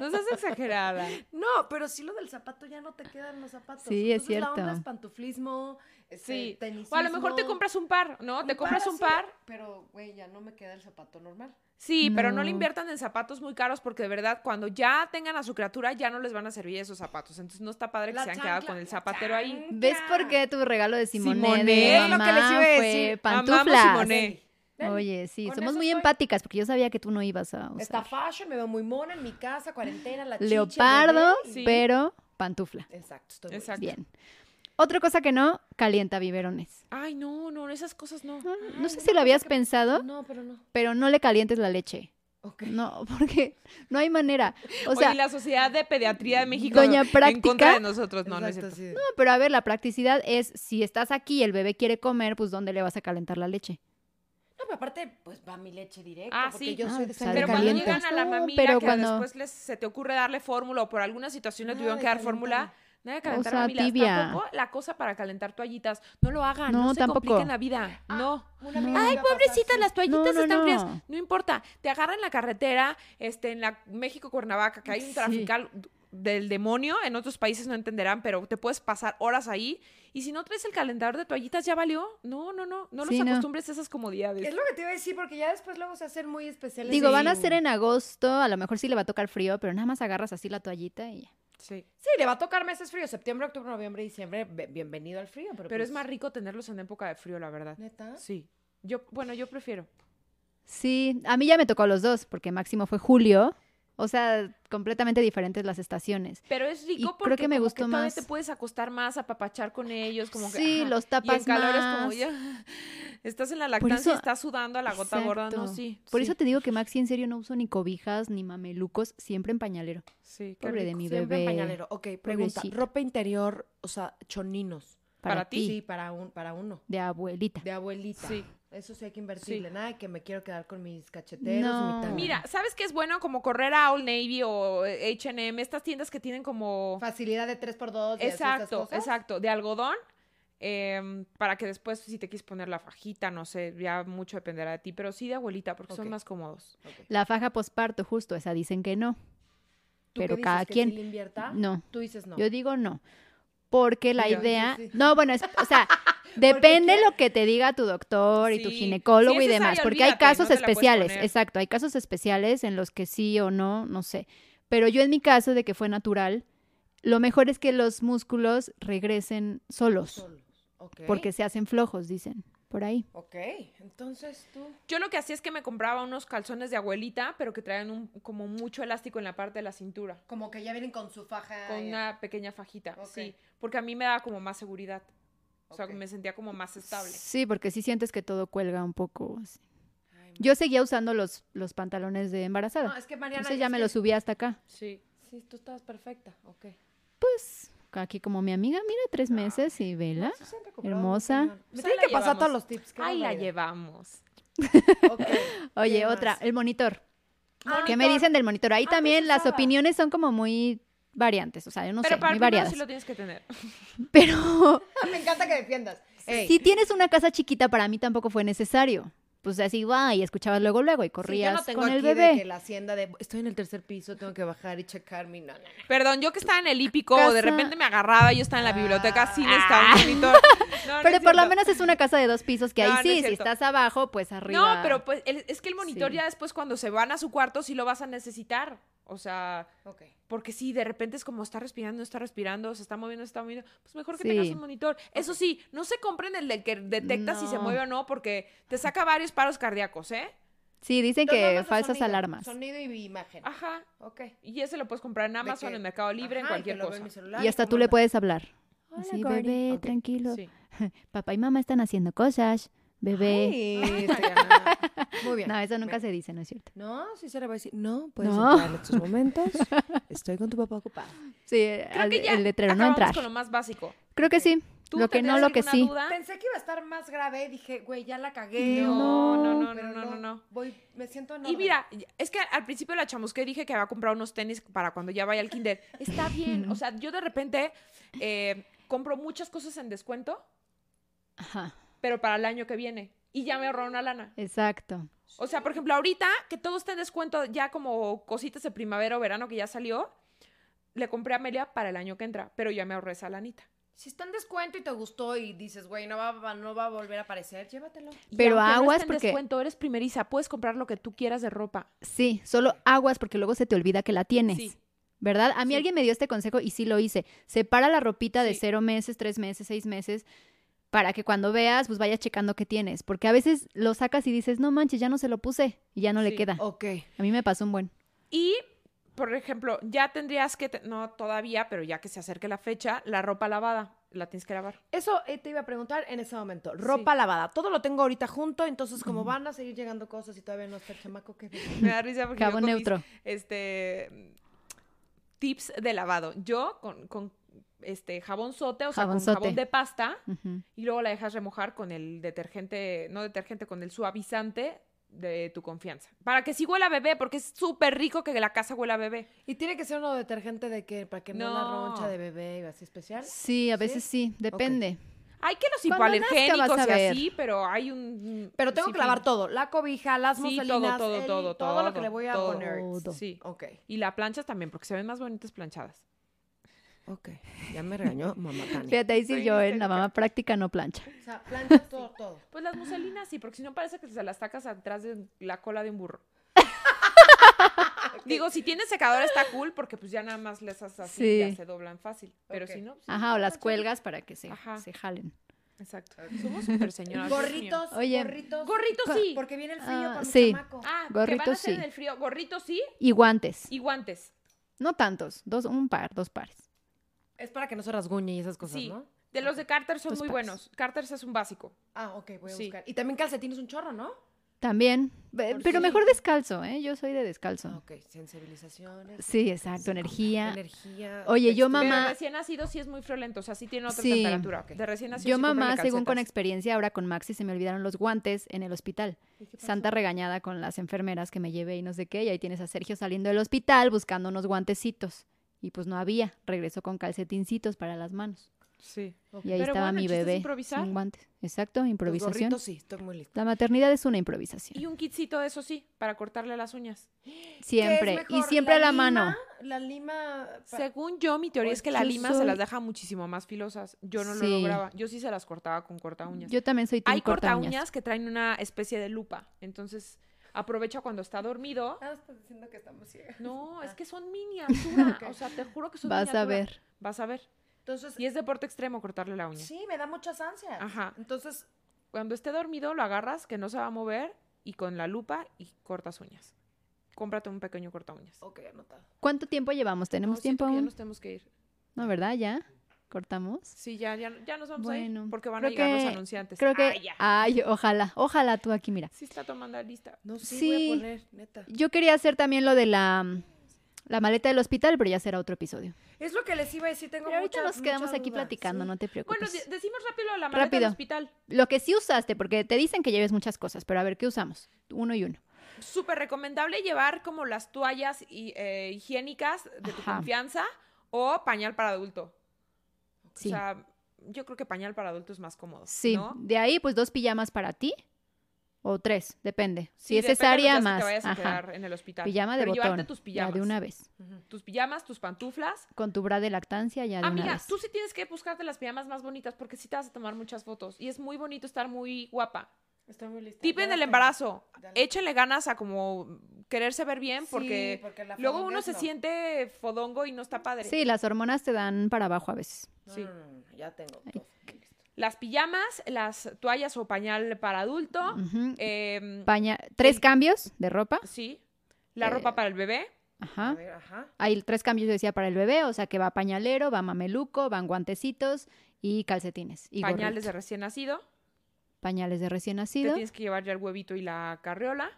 [SPEAKER 2] No seas exagerada.
[SPEAKER 3] No, pero sí lo del zapato ya no te quedan los zapatos.
[SPEAKER 4] Sí, es
[SPEAKER 3] Entonces, La onda
[SPEAKER 4] cierto.
[SPEAKER 3] es pantuflismo, este,
[SPEAKER 2] Sí.
[SPEAKER 3] tenisismo.
[SPEAKER 2] O a lo mejor te compras un par, ¿no? te compras un
[SPEAKER 3] así,
[SPEAKER 2] par.
[SPEAKER 3] Pero, güey, ya no me queda el zapato normal.
[SPEAKER 2] Sí, pero no le
[SPEAKER 4] No.
[SPEAKER 2] inviertan en zapatos muy caros porque de verdad cuando ya tengan a su criatura ya no les van a servir esos zapatos. Entonces no está padre que
[SPEAKER 3] La
[SPEAKER 2] se han quedado
[SPEAKER 3] chancla,
[SPEAKER 2] con el
[SPEAKER 3] la
[SPEAKER 2] zapatero ahí.
[SPEAKER 3] chancla.
[SPEAKER 4] ¿Ves por qué tu regalo de Simone,
[SPEAKER 2] Simone,
[SPEAKER 4] de
[SPEAKER 2] es lo
[SPEAKER 4] mamá
[SPEAKER 3] que les iba a
[SPEAKER 4] fue
[SPEAKER 3] decir.
[SPEAKER 2] Amamos
[SPEAKER 4] pantuflas?
[SPEAKER 2] Simone.
[SPEAKER 3] Ven,
[SPEAKER 4] Oye, sí,
[SPEAKER 3] con
[SPEAKER 4] somos
[SPEAKER 3] eso
[SPEAKER 4] muy
[SPEAKER 3] estoy.
[SPEAKER 4] empáticas porque yo sabía que tú no ibas a usar
[SPEAKER 3] Está fashion, me veo muy mona en mi casa, cuarentena, la chicha,
[SPEAKER 4] leopardo,
[SPEAKER 3] bebé.
[SPEAKER 2] Sí.
[SPEAKER 4] pero pantufla.
[SPEAKER 3] Exacto, estoy muy
[SPEAKER 2] Exacto.
[SPEAKER 4] Bien. Otra cosa que no, calienta biberones.
[SPEAKER 2] Ay, no, no, esas cosas no.
[SPEAKER 4] No, no
[SPEAKER 3] Ay,
[SPEAKER 4] sé
[SPEAKER 3] no,
[SPEAKER 4] si lo
[SPEAKER 3] no,
[SPEAKER 4] habías
[SPEAKER 3] porque-
[SPEAKER 4] pensado,
[SPEAKER 3] No, pero no.
[SPEAKER 4] pero no le calientes la leche.
[SPEAKER 3] Ok.
[SPEAKER 4] No, [LAUGHS] porque no hay manera. O
[SPEAKER 2] Oye,
[SPEAKER 4] sea,
[SPEAKER 2] y la Sociedad de Pediatría de México
[SPEAKER 4] Doña
[SPEAKER 2] en
[SPEAKER 4] Práctica.
[SPEAKER 2] contra de nosotros. pues No, no es
[SPEAKER 3] Exacto,
[SPEAKER 2] cierto.
[SPEAKER 3] sí.
[SPEAKER 4] no, pero a ver, la practicidad es si estás aquí y el bebé quiere comer, pues ¿dónde le vas a calentar la leche?
[SPEAKER 3] No, pero aparte, pues va mi leche directa.
[SPEAKER 2] Ah,
[SPEAKER 3] porque
[SPEAKER 2] sí.
[SPEAKER 3] yo
[SPEAKER 4] Ah,
[SPEAKER 3] soy de
[SPEAKER 4] sale
[SPEAKER 3] sangre
[SPEAKER 2] Pero cuando
[SPEAKER 4] caliente.
[SPEAKER 2] llegan a la
[SPEAKER 4] No,
[SPEAKER 2] mamila
[SPEAKER 4] pero
[SPEAKER 2] que
[SPEAKER 4] cuando-
[SPEAKER 2] después les, se te ocurre darle fórmula o por alguna situación le
[SPEAKER 3] Nada
[SPEAKER 2] tuvieron
[SPEAKER 3] de
[SPEAKER 2] que dar
[SPEAKER 3] calentar.
[SPEAKER 2] fórmula, nada de calentar
[SPEAKER 4] O sea,
[SPEAKER 2] mamilas.
[SPEAKER 4] tibia.
[SPEAKER 2] Tampoco la cosa para calentar toallitas. No lo hagan, no,
[SPEAKER 4] No,
[SPEAKER 2] se
[SPEAKER 4] tampoco. Ah.
[SPEAKER 2] compliquen la vida. No.
[SPEAKER 3] Una amiga
[SPEAKER 2] Ay,
[SPEAKER 3] me iba a pasar,
[SPEAKER 2] pobrecita,
[SPEAKER 3] sí.
[SPEAKER 2] las toallitas
[SPEAKER 4] No, no,
[SPEAKER 2] están frías.
[SPEAKER 4] no.
[SPEAKER 2] No importa, te agarran en la carretera, este, en la México Cuernavaca, que hay un
[SPEAKER 4] Sí.
[SPEAKER 2] trafical del demonio, en otros países no entenderán, pero te puedes pasar horas ahí y si no traes el calentador de toallitas ya valió. No, no, no, no
[SPEAKER 4] Sí,
[SPEAKER 2] los
[SPEAKER 4] no.
[SPEAKER 2] acostumbres a esas comodidades.
[SPEAKER 3] Es lo que te iba a decir, porque ya después luego se hacen muy especiales.
[SPEAKER 4] Digo,
[SPEAKER 3] Sí.
[SPEAKER 4] van a ser en agosto, a lo mejor sí le va a tocar frío, pero nada más agarras así la toallita y ya.
[SPEAKER 2] Sí,
[SPEAKER 3] Sí, le va a tocar meses fríos, septiembre, octubre, noviembre, diciembre. be- Bienvenido al frío. Pero,
[SPEAKER 2] pero es
[SPEAKER 3] pues,
[SPEAKER 2] más rico tenerlos en época de frío, la verdad.
[SPEAKER 3] ¿Neta?
[SPEAKER 2] Sí. Yo, bueno, yo prefiero.
[SPEAKER 4] Sí, a mí ya me tocó los dos, porque máximo fue julio. O sea, completamente diferentes las estaciones.
[SPEAKER 2] Pero es rico
[SPEAKER 4] Y creo
[SPEAKER 2] porque
[SPEAKER 4] que me
[SPEAKER 2] como
[SPEAKER 4] gustó
[SPEAKER 2] todavía
[SPEAKER 4] más.
[SPEAKER 2] te puedes acostar más, apapachar con ellos, como que
[SPEAKER 4] Sí, los
[SPEAKER 2] Y en
[SPEAKER 4] tapas
[SPEAKER 2] calor es como
[SPEAKER 4] más.
[SPEAKER 2] ya [LAUGHS] estás en la lactancia y
[SPEAKER 4] eso-
[SPEAKER 2] estás sudando a la gota gorda, no
[SPEAKER 4] Exacto.
[SPEAKER 2] sí.
[SPEAKER 4] Por
[SPEAKER 2] sí,
[SPEAKER 4] eso te digo que Maxi en serio no uso ni cobijas ni mamelucos, siempre en pañalero.
[SPEAKER 2] sí, qué
[SPEAKER 4] Pobre de
[SPEAKER 2] rico.
[SPEAKER 4] mi
[SPEAKER 3] Siempre en
[SPEAKER 4] bebé.
[SPEAKER 3] pañalero. Ok, pregunta.
[SPEAKER 4] Pobrecito.
[SPEAKER 3] Ropa interior, o sea, choninos.
[SPEAKER 4] Para,
[SPEAKER 2] ¿Para ti?
[SPEAKER 4] ti.
[SPEAKER 3] Sí, para, un, para uno.
[SPEAKER 4] De abuelita.
[SPEAKER 3] De abuelita.
[SPEAKER 2] Sí.
[SPEAKER 3] Eso sí hay que invertirle.
[SPEAKER 2] Sí.
[SPEAKER 3] Nada de que me quiero quedar con mis cacheteros.
[SPEAKER 4] No.
[SPEAKER 3] Mi tanga.
[SPEAKER 2] Mira, ¿sabes qué es bueno? Como correr a Old Navy o H&M, estas tiendas que tienen como...
[SPEAKER 3] Facilidad de 3x2.
[SPEAKER 2] Exacto, exacto, de algodón, em, para que después si te quieres poner la fajita, no sé, ya mucho dependerá de ti, pero sí de abuelita, porque
[SPEAKER 3] Ok.
[SPEAKER 2] son más cómodos.
[SPEAKER 4] La faja posparto, justo, esa dicen que no. Pero
[SPEAKER 3] qué
[SPEAKER 4] cada
[SPEAKER 3] dices, que
[SPEAKER 4] quien.
[SPEAKER 3] sí le invierta?
[SPEAKER 4] No.
[SPEAKER 3] Tú dices no.
[SPEAKER 4] Yo digo no. Porque la
[SPEAKER 2] ¿Ah? Yo, sí,
[SPEAKER 4] idea.
[SPEAKER 3] sí.
[SPEAKER 4] No, bueno, es-
[SPEAKER 2] [LAUGHS]
[SPEAKER 4] o sea, depende
[SPEAKER 3] quiere-
[SPEAKER 4] lo que te diga tu doctor y tu
[SPEAKER 2] Sí,
[SPEAKER 4] ginecólogo
[SPEAKER 2] si es
[SPEAKER 4] y demás.
[SPEAKER 2] cesárea,
[SPEAKER 4] Porque hay
[SPEAKER 2] olvídate, no
[SPEAKER 4] casos
[SPEAKER 2] te la puedes
[SPEAKER 4] especiales.
[SPEAKER 2] poner.
[SPEAKER 4] Exacto, hay casos especiales en los que sí o no, no sé. Pero yo en mi caso, de que fue natural, lo mejor es que los músculos regresen solos.
[SPEAKER 3] Solos. Ok.
[SPEAKER 4] Porque se hacen flojos, dicen. Por ahí.
[SPEAKER 3] Ok, entonces tú.
[SPEAKER 2] Yo lo que hacía es que me compraba unos calzones de abuelita, pero que traían un, como mucho elástico en la parte de la cintura,
[SPEAKER 3] Como que ya vienen con su
[SPEAKER 4] Ah,
[SPEAKER 3] faja.
[SPEAKER 2] con
[SPEAKER 3] eh,
[SPEAKER 2] una pequeña fajita,
[SPEAKER 3] Ok.
[SPEAKER 2] sí, porque a mí me daba como más seguridad, o sea,
[SPEAKER 3] Ok.
[SPEAKER 2] me sentía como más estable.
[SPEAKER 4] Sí, porque sí sientes que todo cuelga un poco. así.
[SPEAKER 3] Ay,
[SPEAKER 4] Yo seguía usando los, los pantalones de embarazada.
[SPEAKER 3] No, es que Mariana.
[SPEAKER 4] Entonces ya
[SPEAKER 3] es
[SPEAKER 4] me
[SPEAKER 3] que-
[SPEAKER 4] los subí hasta acá.
[SPEAKER 2] Sí.
[SPEAKER 3] Sí, tú estabas perfecta. Ok.
[SPEAKER 4] Pues aquí como mi amiga, mira, tres meses y vela. Hermosa.
[SPEAKER 3] Me
[SPEAKER 2] Pues
[SPEAKER 3] tiene
[SPEAKER 2] ahí
[SPEAKER 3] que
[SPEAKER 2] la
[SPEAKER 3] pasar
[SPEAKER 2] llevamos.
[SPEAKER 3] todos los tips. qué
[SPEAKER 2] Ahí la
[SPEAKER 3] barbaridad.
[SPEAKER 2] llevamos.
[SPEAKER 3] Ok.
[SPEAKER 4] [LAUGHS] Oye,
[SPEAKER 3] ¿Qué más? [LAUGHS]
[SPEAKER 4] otra, el monitor. ¿Qué me
[SPEAKER 2] Monitor.
[SPEAKER 4] dicen del monitor? Ahí
[SPEAKER 3] Antes
[SPEAKER 4] también las
[SPEAKER 3] usaba.
[SPEAKER 4] opiniones son como muy variantes, o sea, yo no
[SPEAKER 2] Pero
[SPEAKER 4] sé,
[SPEAKER 2] para
[SPEAKER 4] muy
[SPEAKER 2] el primero
[SPEAKER 4] variadas.
[SPEAKER 2] sí lo tienes que tener. [LAUGHS]
[SPEAKER 4] Pero
[SPEAKER 3] Me encanta que defiendas. Ey,
[SPEAKER 4] si tienes una casa chiquita, para mí tampoco fue necesario. Pues así, va, y escuchabas luego, luego, y
[SPEAKER 3] sí, yo
[SPEAKER 4] corrías
[SPEAKER 3] no tengo
[SPEAKER 4] con el
[SPEAKER 3] aquí
[SPEAKER 4] bebé.
[SPEAKER 3] de que la hacienda de estoy en el tercer piso, tengo que bajar y checar mi no, no, no.
[SPEAKER 2] Perdón, yo que estaba en el hípico,
[SPEAKER 4] Casa-
[SPEAKER 2] de repente me agarraba, yo estaba en la biblioteca, sí no
[SPEAKER 3] Ah.
[SPEAKER 2] estaba un
[SPEAKER 4] [LAUGHS]
[SPEAKER 2] monitor. No, no
[SPEAKER 4] Pero
[SPEAKER 2] es
[SPEAKER 4] por lo
[SPEAKER 2] cierto.
[SPEAKER 4] menos es una casa de dos pisos que ahí
[SPEAKER 2] No, no es
[SPEAKER 4] sí, si
[SPEAKER 2] cierto.
[SPEAKER 4] estás abajo, pues arriba.
[SPEAKER 2] No, pero pues el- es que el monitor
[SPEAKER 4] Sí.
[SPEAKER 2] ya después cuando se van a su cuarto sí lo vas a necesitar. O sea,
[SPEAKER 3] Ok.
[SPEAKER 2] porque sí, de repente es como está respirando, no está respirando, se está moviendo, no se está moviendo. Pues mejor que
[SPEAKER 4] Sí.
[SPEAKER 2] tengas un monitor. Eso sí, no se compren el del que detecta si se
[SPEAKER 4] No.
[SPEAKER 2] mueve o no, porque te saca varios paros cardíacos, ¿eh?
[SPEAKER 4] Sí, dicen
[SPEAKER 3] Entonces, nada
[SPEAKER 4] que
[SPEAKER 3] más de
[SPEAKER 4] falsas
[SPEAKER 3] sonido,
[SPEAKER 4] alarmas.
[SPEAKER 3] Sonido y imagen.
[SPEAKER 2] Ajá.
[SPEAKER 3] Ok.
[SPEAKER 2] Y ese lo puedes comprar en Amazon,
[SPEAKER 3] que-
[SPEAKER 2] en Mercado Libre, en
[SPEAKER 3] Ajá, y que
[SPEAKER 2] cualquier
[SPEAKER 3] lo veo en
[SPEAKER 2] cosa.
[SPEAKER 3] mi celular
[SPEAKER 4] Y hasta tú
[SPEAKER 3] cómo
[SPEAKER 4] le
[SPEAKER 3] anda.
[SPEAKER 4] puedes hablar.
[SPEAKER 3] Hola,
[SPEAKER 4] Así,
[SPEAKER 3] Gordy.
[SPEAKER 4] bebé,
[SPEAKER 3] Ok.
[SPEAKER 4] tranquilo.
[SPEAKER 2] Sí.
[SPEAKER 4] [LAUGHS] Papá y mamá están haciendo cosas. Bebé.
[SPEAKER 3] Ay,
[SPEAKER 4] [LAUGHS]
[SPEAKER 3] este- Muy bien.
[SPEAKER 4] no, eso nunca
[SPEAKER 3] Bien.
[SPEAKER 4] se dice, ¿no es cierto?
[SPEAKER 3] No, sí se le va a decir. No, puedes
[SPEAKER 4] No.
[SPEAKER 3] entrar en estos
[SPEAKER 4] [LAUGHS]
[SPEAKER 3] momentos. Estoy con tu papá ocupado.
[SPEAKER 4] Sí,
[SPEAKER 2] Creo
[SPEAKER 4] Eh, al-
[SPEAKER 2] que ya
[SPEAKER 4] el letrero no
[SPEAKER 2] acabamos
[SPEAKER 4] entrar.
[SPEAKER 2] con lo más básico.
[SPEAKER 4] Creo que sí.
[SPEAKER 2] ¿Tú
[SPEAKER 4] Lo que no,
[SPEAKER 2] tendrías
[SPEAKER 4] lo que
[SPEAKER 2] alguna
[SPEAKER 4] sí.
[SPEAKER 2] duda?
[SPEAKER 3] Pensé que iba a estar más grave y dije, güey, ya la cagué.
[SPEAKER 2] No,
[SPEAKER 3] o-
[SPEAKER 2] no, no, no,
[SPEAKER 3] pero
[SPEAKER 2] no, no, no.
[SPEAKER 3] Voy, me siento en
[SPEAKER 2] Y
[SPEAKER 3] orden.
[SPEAKER 2] mira, es que al principio la chamusqué dije que había comprado unos tenis para cuando ya vaya al kinder. Está bien. O sea, yo de repente eh, compro muchas cosas en descuento,
[SPEAKER 4] Ajá,
[SPEAKER 2] pero para el año que viene. Y ya me ahorró una lana.
[SPEAKER 4] exacto.
[SPEAKER 2] O sea, por ejemplo, ahorita que todo está en descuento, ya como cositas de primavera o verano que ya salió, le compré a Amelia para el año que entra, pero ya me ahorré esa lanita.
[SPEAKER 3] Si está en descuento y te gustó y dices, güey, no va, va- no va a volver a aparecer, llévatelo.
[SPEAKER 2] Y
[SPEAKER 4] Pero
[SPEAKER 2] aunque no
[SPEAKER 4] aguas
[SPEAKER 2] esté en
[SPEAKER 4] porque-
[SPEAKER 2] descuento, eres primeriza, puedes comprar lo que tú quieras de ropa.
[SPEAKER 4] Sí, solo aguas porque luego se te olvida que la tienes.
[SPEAKER 2] Sí.
[SPEAKER 4] ¿Verdad? A mí
[SPEAKER 2] Sí.
[SPEAKER 4] alguien me dio este consejo y sí lo hice. Separa la ropita de
[SPEAKER 2] Sí.
[SPEAKER 4] cero meses, tres meses, seis meses, para que cuando veas, pues vayas checando qué tienes. Porque a veces lo sacas y dices, no manches, ya no se lo puse y ya no le
[SPEAKER 2] Sí.
[SPEAKER 4] queda.
[SPEAKER 3] Ok.
[SPEAKER 4] A mí me pasó un buen.
[SPEAKER 2] Y, por ejemplo, ya tendrías que, te- no todavía, pero ya que se acerque la fecha, la ropa lavada, la tienes que lavar. [LAUGHS]
[SPEAKER 3] Eso eh, te iba a preguntar en ese momento. Ropa lavada. Todo lo tengo ahorita junto, entonces como van a seguir llegando cosas y todavía no está el chamaco que...
[SPEAKER 2] Me da risa porque yo
[SPEAKER 4] Cabo
[SPEAKER 2] con mis,
[SPEAKER 4] neutro.
[SPEAKER 2] este tips de lavado. Yo con, con este jabón sote, o sea,
[SPEAKER 4] Jabonzote.
[SPEAKER 2] con jabón de pasta
[SPEAKER 4] Ujú.
[SPEAKER 2] y luego la dejas remojar con el detergente, no detergente, con el suavizante de tu confianza. Para que sí huela a bebé, porque es súper rico que la casa huela a bebé.
[SPEAKER 3] Y tiene que ser uno detergente de que, para que no, la
[SPEAKER 2] No.
[SPEAKER 3] roncha de bebé y así especial.
[SPEAKER 4] Sí, a
[SPEAKER 3] ¿Sí?
[SPEAKER 4] veces sí, depende.
[SPEAKER 2] Hay que los
[SPEAKER 4] Cuando nazca
[SPEAKER 2] hipoalergénicos
[SPEAKER 4] vas a
[SPEAKER 2] y
[SPEAKER 4] ver.
[SPEAKER 2] así, pero hay un...
[SPEAKER 3] Pero tengo
[SPEAKER 2] sí,
[SPEAKER 3] que lavar
[SPEAKER 2] fin.
[SPEAKER 3] todo. La cobija, las
[SPEAKER 2] Sí,
[SPEAKER 3] muselinas,
[SPEAKER 2] todo, todo,
[SPEAKER 3] el-
[SPEAKER 2] todo,
[SPEAKER 3] lo
[SPEAKER 2] todo,
[SPEAKER 3] que le voy a
[SPEAKER 2] todo.
[SPEAKER 3] poner.
[SPEAKER 4] Todo.
[SPEAKER 2] Sí.
[SPEAKER 3] Ok,
[SPEAKER 2] Y la planchas también, porque se ven más bonitas planchadas.
[SPEAKER 3] ok. Ya me regañó mamá
[SPEAKER 4] [LAUGHS]
[SPEAKER 3] Tania.
[SPEAKER 4] Fíjate, ahí sí
[SPEAKER 2] Soy
[SPEAKER 4] yo, en la
[SPEAKER 2] histérica.
[SPEAKER 4] mamá práctica no plancha.
[SPEAKER 3] O sea, planchas todo, todo.
[SPEAKER 2] Pues las muselinas sí, porque si no parece que se las sacas atrás de la cola de un
[SPEAKER 4] [LAUGHS]
[SPEAKER 2] burro. Digo, si tienes secadora está cool porque pues ya nada más les haces así y
[SPEAKER 4] Sí.
[SPEAKER 2] ya se doblan fácil. Pero
[SPEAKER 3] Ok.
[SPEAKER 2] si no, pues,
[SPEAKER 4] Ajá, o las cuelgas para que se,
[SPEAKER 2] Ajá.
[SPEAKER 4] se jalen.
[SPEAKER 2] exacto. Somos super señoras. Dios mío.
[SPEAKER 3] Gorritos,
[SPEAKER 4] Oye.
[SPEAKER 3] gorritos.
[SPEAKER 2] Gorritos sí.
[SPEAKER 3] Porque viene el frío
[SPEAKER 4] Ah,
[SPEAKER 3] para mi
[SPEAKER 4] sí.
[SPEAKER 3] chamaco.
[SPEAKER 2] Ah, que van a
[SPEAKER 4] Gorritos
[SPEAKER 2] hacer
[SPEAKER 4] sí.
[SPEAKER 2] en el frío. Gorritos sí
[SPEAKER 4] Y guantes.
[SPEAKER 2] y guantes.
[SPEAKER 4] No tantos, dos, un par, dos pares.
[SPEAKER 3] Es para que no se rasguñe y esas cosas,
[SPEAKER 2] sí.
[SPEAKER 3] ¿no?
[SPEAKER 2] De los de Carter son
[SPEAKER 4] Los
[SPEAKER 2] muy
[SPEAKER 4] pares.
[SPEAKER 2] buenos. Carters es un básico.
[SPEAKER 3] Ah, ok, voy a
[SPEAKER 2] Sí.
[SPEAKER 3] buscar. Y también calcetines un chorro, ¿no?
[SPEAKER 4] También, Be-
[SPEAKER 3] Por
[SPEAKER 4] pero
[SPEAKER 3] si-
[SPEAKER 4] mejor descalzo, ¿eh? Yo soy de descalzo.
[SPEAKER 3] Ah, Ok, sensibilizaciones,
[SPEAKER 4] Sí, exacto, energía.
[SPEAKER 3] energía.
[SPEAKER 4] Oye, yo,
[SPEAKER 3] textura.
[SPEAKER 2] Pero
[SPEAKER 4] Mamá-
[SPEAKER 2] de recién nacido sí es muy friolento, o sea, sí tiene otra
[SPEAKER 4] Sí.
[SPEAKER 2] temperatura. De recién nacido
[SPEAKER 4] Yo
[SPEAKER 2] Ah, sí
[SPEAKER 4] mamá,
[SPEAKER 2] cómprale
[SPEAKER 4] según con
[SPEAKER 2] calcetas.
[SPEAKER 4] experiencia ahora con Maxi, se me olvidaron los guantes en el hospital. Santa regañada con las enfermeras que me llevé y no sé qué. Y ahí tienes a Sergio saliendo del hospital buscando unos guantecitos. Y pues no había. Regresó con calcetincitos para las manos.
[SPEAKER 2] Sí.
[SPEAKER 3] Ok.
[SPEAKER 4] Y ahí
[SPEAKER 2] Pero
[SPEAKER 4] estaba
[SPEAKER 2] bueno, el
[SPEAKER 4] mi
[SPEAKER 2] chiste es
[SPEAKER 4] bebé
[SPEAKER 2] improvisar.
[SPEAKER 4] sin guantes. Exacto,
[SPEAKER 3] Los
[SPEAKER 4] improvisación.
[SPEAKER 3] gorritos sí, estoy muy lista.
[SPEAKER 4] La maternidad es una
[SPEAKER 2] Y
[SPEAKER 4] improvisación.
[SPEAKER 2] un kitcito de eso sí, para cortarle las uñas.
[SPEAKER 4] Siempre.
[SPEAKER 3] ¿Qué es
[SPEAKER 4] y
[SPEAKER 3] mejor,
[SPEAKER 4] siempre a la
[SPEAKER 3] lima,
[SPEAKER 4] mano.
[SPEAKER 3] La lima. pa-
[SPEAKER 2] Según yo, mi teoría
[SPEAKER 3] Oye,
[SPEAKER 2] es que la
[SPEAKER 4] yo
[SPEAKER 2] lima se
[SPEAKER 4] soy-
[SPEAKER 2] las deja muchísimo más filosas. Yo no
[SPEAKER 4] Sí.
[SPEAKER 2] lo lograba. Yo sí se las cortaba con corta uñas.
[SPEAKER 4] Yo también soy
[SPEAKER 2] Hay
[SPEAKER 4] team
[SPEAKER 2] corta
[SPEAKER 4] cortaúñas.
[SPEAKER 2] uñas que traen una especie de lupa. Entonces, aprovecha cuando está dormido.
[SPEAKER 3] Ah, estás diciendo que
[SPEAKER 2] [LAUGHS]
[SPEAKER 3] estamos ciegas.
[SPEAKER 2] No, es que son [LAUGHS] miniatura. O sea, te juro que son
[SPEAKER 4] Vas
[SPEAKER 2] miniatura.
[SPEAKER 4] a ver.
[SPEAKER 2] Vas a ver.
[SPEAKER 3] Entonces,
[SPEAKER 2] Y es deporte extremo cortarle la uña.
[SPEAKER 3] sí, me da muchas ansias.
[SPEAKER 2] Ajá.
[SPEAKER 3] Entonces,
[SPEAKER 2] Cuando esté dormido, lo agarras, que no se va a mover, y con la lupa y cortas uñas. Cómprate un pequeño corta uñas.
[SPEAKER 3] ok, anotado.
[SPEAKER 4] ¿Cuánto tiempo llevamos? ¿Tenemos tiempo
[SPEAKER 2] Ya
[SPEAKER 4] aún?
[SPEAKER 2] nos tenemos que ir.
[SPEAKER 4] No, ¿verdad? ¿Ya? ¿Cortamos?
[SPEAKER 2] Sí, ya, ya, ya nos vamos a
[SPEAKER 4] Bueno,
[SPEAKER 2] ir. Porque van a
[SPEAKER 4] creo
[SPEAKER 2] llegar
[SPEAKER 4] que-
[SPEAKER 2] los anunciantes.
[SPEAKER 4] Creo que... ah.
[SPEAKER 2] Ay, ya.
[SPEAKER 4] Ay, ojalá. Ojalá tú aquí, mira.
[SPEAKER 2] Sí está tomando lista.
[SPEAKER 3] No, sí,
[SPEAKER 4] Sí.
[SPEAKER 3] voy a poner, neta.
[SPEAKER 4] Yo quería hacer también lo de la, La maleta del hospital, pero ya será otro episodio.
[SPEAKER 3] Es lo que les iba a decir, tengo
[SPEAKER 4] Pero ahorita
[SPEAKER 3] muchas-
[SPEAKER 4] nos quedamos
[SPEAKER 3] mucha
[SPEAKER 4] aquí
[SPEAKER 3] duda,
[SPEAKER 4] platicando,
[SPEAKER 3] sí.
[SPEAKER 4] no te preocupes.
[SPEAKER 2] Bueno, de- decimos rápido la maleta
[SPEAKER 4] Rápido.
[SPEAKER 2] del hospital.
[SPEAKER 4] Lo que sí usaste, porque te dicen que lleves muchas cosas, pero a ver, ¿qué usamos? Uno y uno.
[SPEAKER 2] Súper recomendable llevar como las toallas hi- eh, higiénicas de tu
[SPEAKER 4] Ajá.
[SPEAKER 2] confianza o pañal para adulto.
[SPEAKER 4] Sí.
[SPEAKER 2] O sea, yo creo que pañal para adulto es más cómodo.
[SPEAKER 4] sí.
[SPEAKER 2] ¿no?
[SPEAKER 4] De ahí, pues dos pijamas para ti o tres, depende.
[SPEAKER 2] Sí,
[SPEAKER 4] si
[SPEAKER 2] depende
[SPEAKER 4] es
[SPEAKER 2] de los
[SPEAKER 4] cesárea,
[SPEAKER 2] días que
[SPEAKER 4] más.
[SPEAKER 2] te vayas a
[SPEAKER 4] Ajá.
[SPEAKER 2] quedar en el hospital.
[SPEAKER 4] Pijama de
[SPEAKER 2] Pero
[SPEAKER 4] botón.
[SPEAKER 2] llevarte tus
[SPEAKER 4] ya
[SPEAKER 2] pijamas.
[SPEAKER 4] de una vez.
[SPEAKER 3] Ujú.
[SPEAKER 2] Tus pijamas, tus pantuflas.
[SPEAKER 4] Con tu bra de lactancia, ya de una
[SPEAKER 2] Amiga,
[SPEAKER 4] vez.
[SPEAKER 2] Ah, tú sí tienes que buscarte las pijamas más bonitas porque sí te vas a tomar muchas fotos. Y es muy bonito estar muy guapa.
[SPEAKER 3] Estoy muy lista.
[SPEAKER 2] Tip
[SPEAKER 3] Ya
[SPEAKER 2] en
[SPEAKER 3] la
[SPEAKER 2] el
[SPEAKER 3] tengo.
[SPEAKER 2] embarazo.
[SPEAKER 3] Dale.
[SPEAKER 2] Échenle ganas a como quererse ver bien
[SPEAKER 3] Sí,
[SPEAKER 2] porque,
[SPEAKER 3] porque la
[SPEAKER 2] luego
[SPEAKER 3] fodonguez
[SPEAKER 2] uno se
[SPEAKER 3] no.
[SPEAKER 2] siente fodongo y no está padre.
[SPEAKER 4] Sí, las hormonas te dan para abajo a veces.
[SPEAKER 3] No,
[SPEAKER 2] Sí.
[SPEAKER 3] no, no, no, ya tengo todo. listo.
[SPEAKER 2] Las pijamas, las toallas o pañal para adulto.
[SPEAKER 4] Ujú.
[SPEAKER 2] em,
[SPEAKER 4] Paña- tres
[SPEAKER 2] Ah, el- Pues,
[SPEAKER 4] cambios de ropa.
[SPEAKER 2] sí. La
[SPEAKER 4] Eh,
[SPEAKER 2] ropa para el bebé.
[SPEAKER 3] A
[SPEAKER 2] ¿Ah?
[SPEAKER 4] Ajá.
[SPEAKER 3] ver, ajá.
[SPEAKER 4] Hay tres cambios, yo decía, para el bebé, o sea que va pañalero, va mameluco, van guantecitos y calcetines. Y
[SPEAKER 2] Pañales de
[SPEAKER 4] gorrito.
[SPEAKER 2] recién nacido.
[SPEAKER 4] pañales de recién
[SPEAKER 2] Te
[SPEAKER 4] nacido,
[SPEAKER 2] tienes que llevar ya el huevito y la carriola.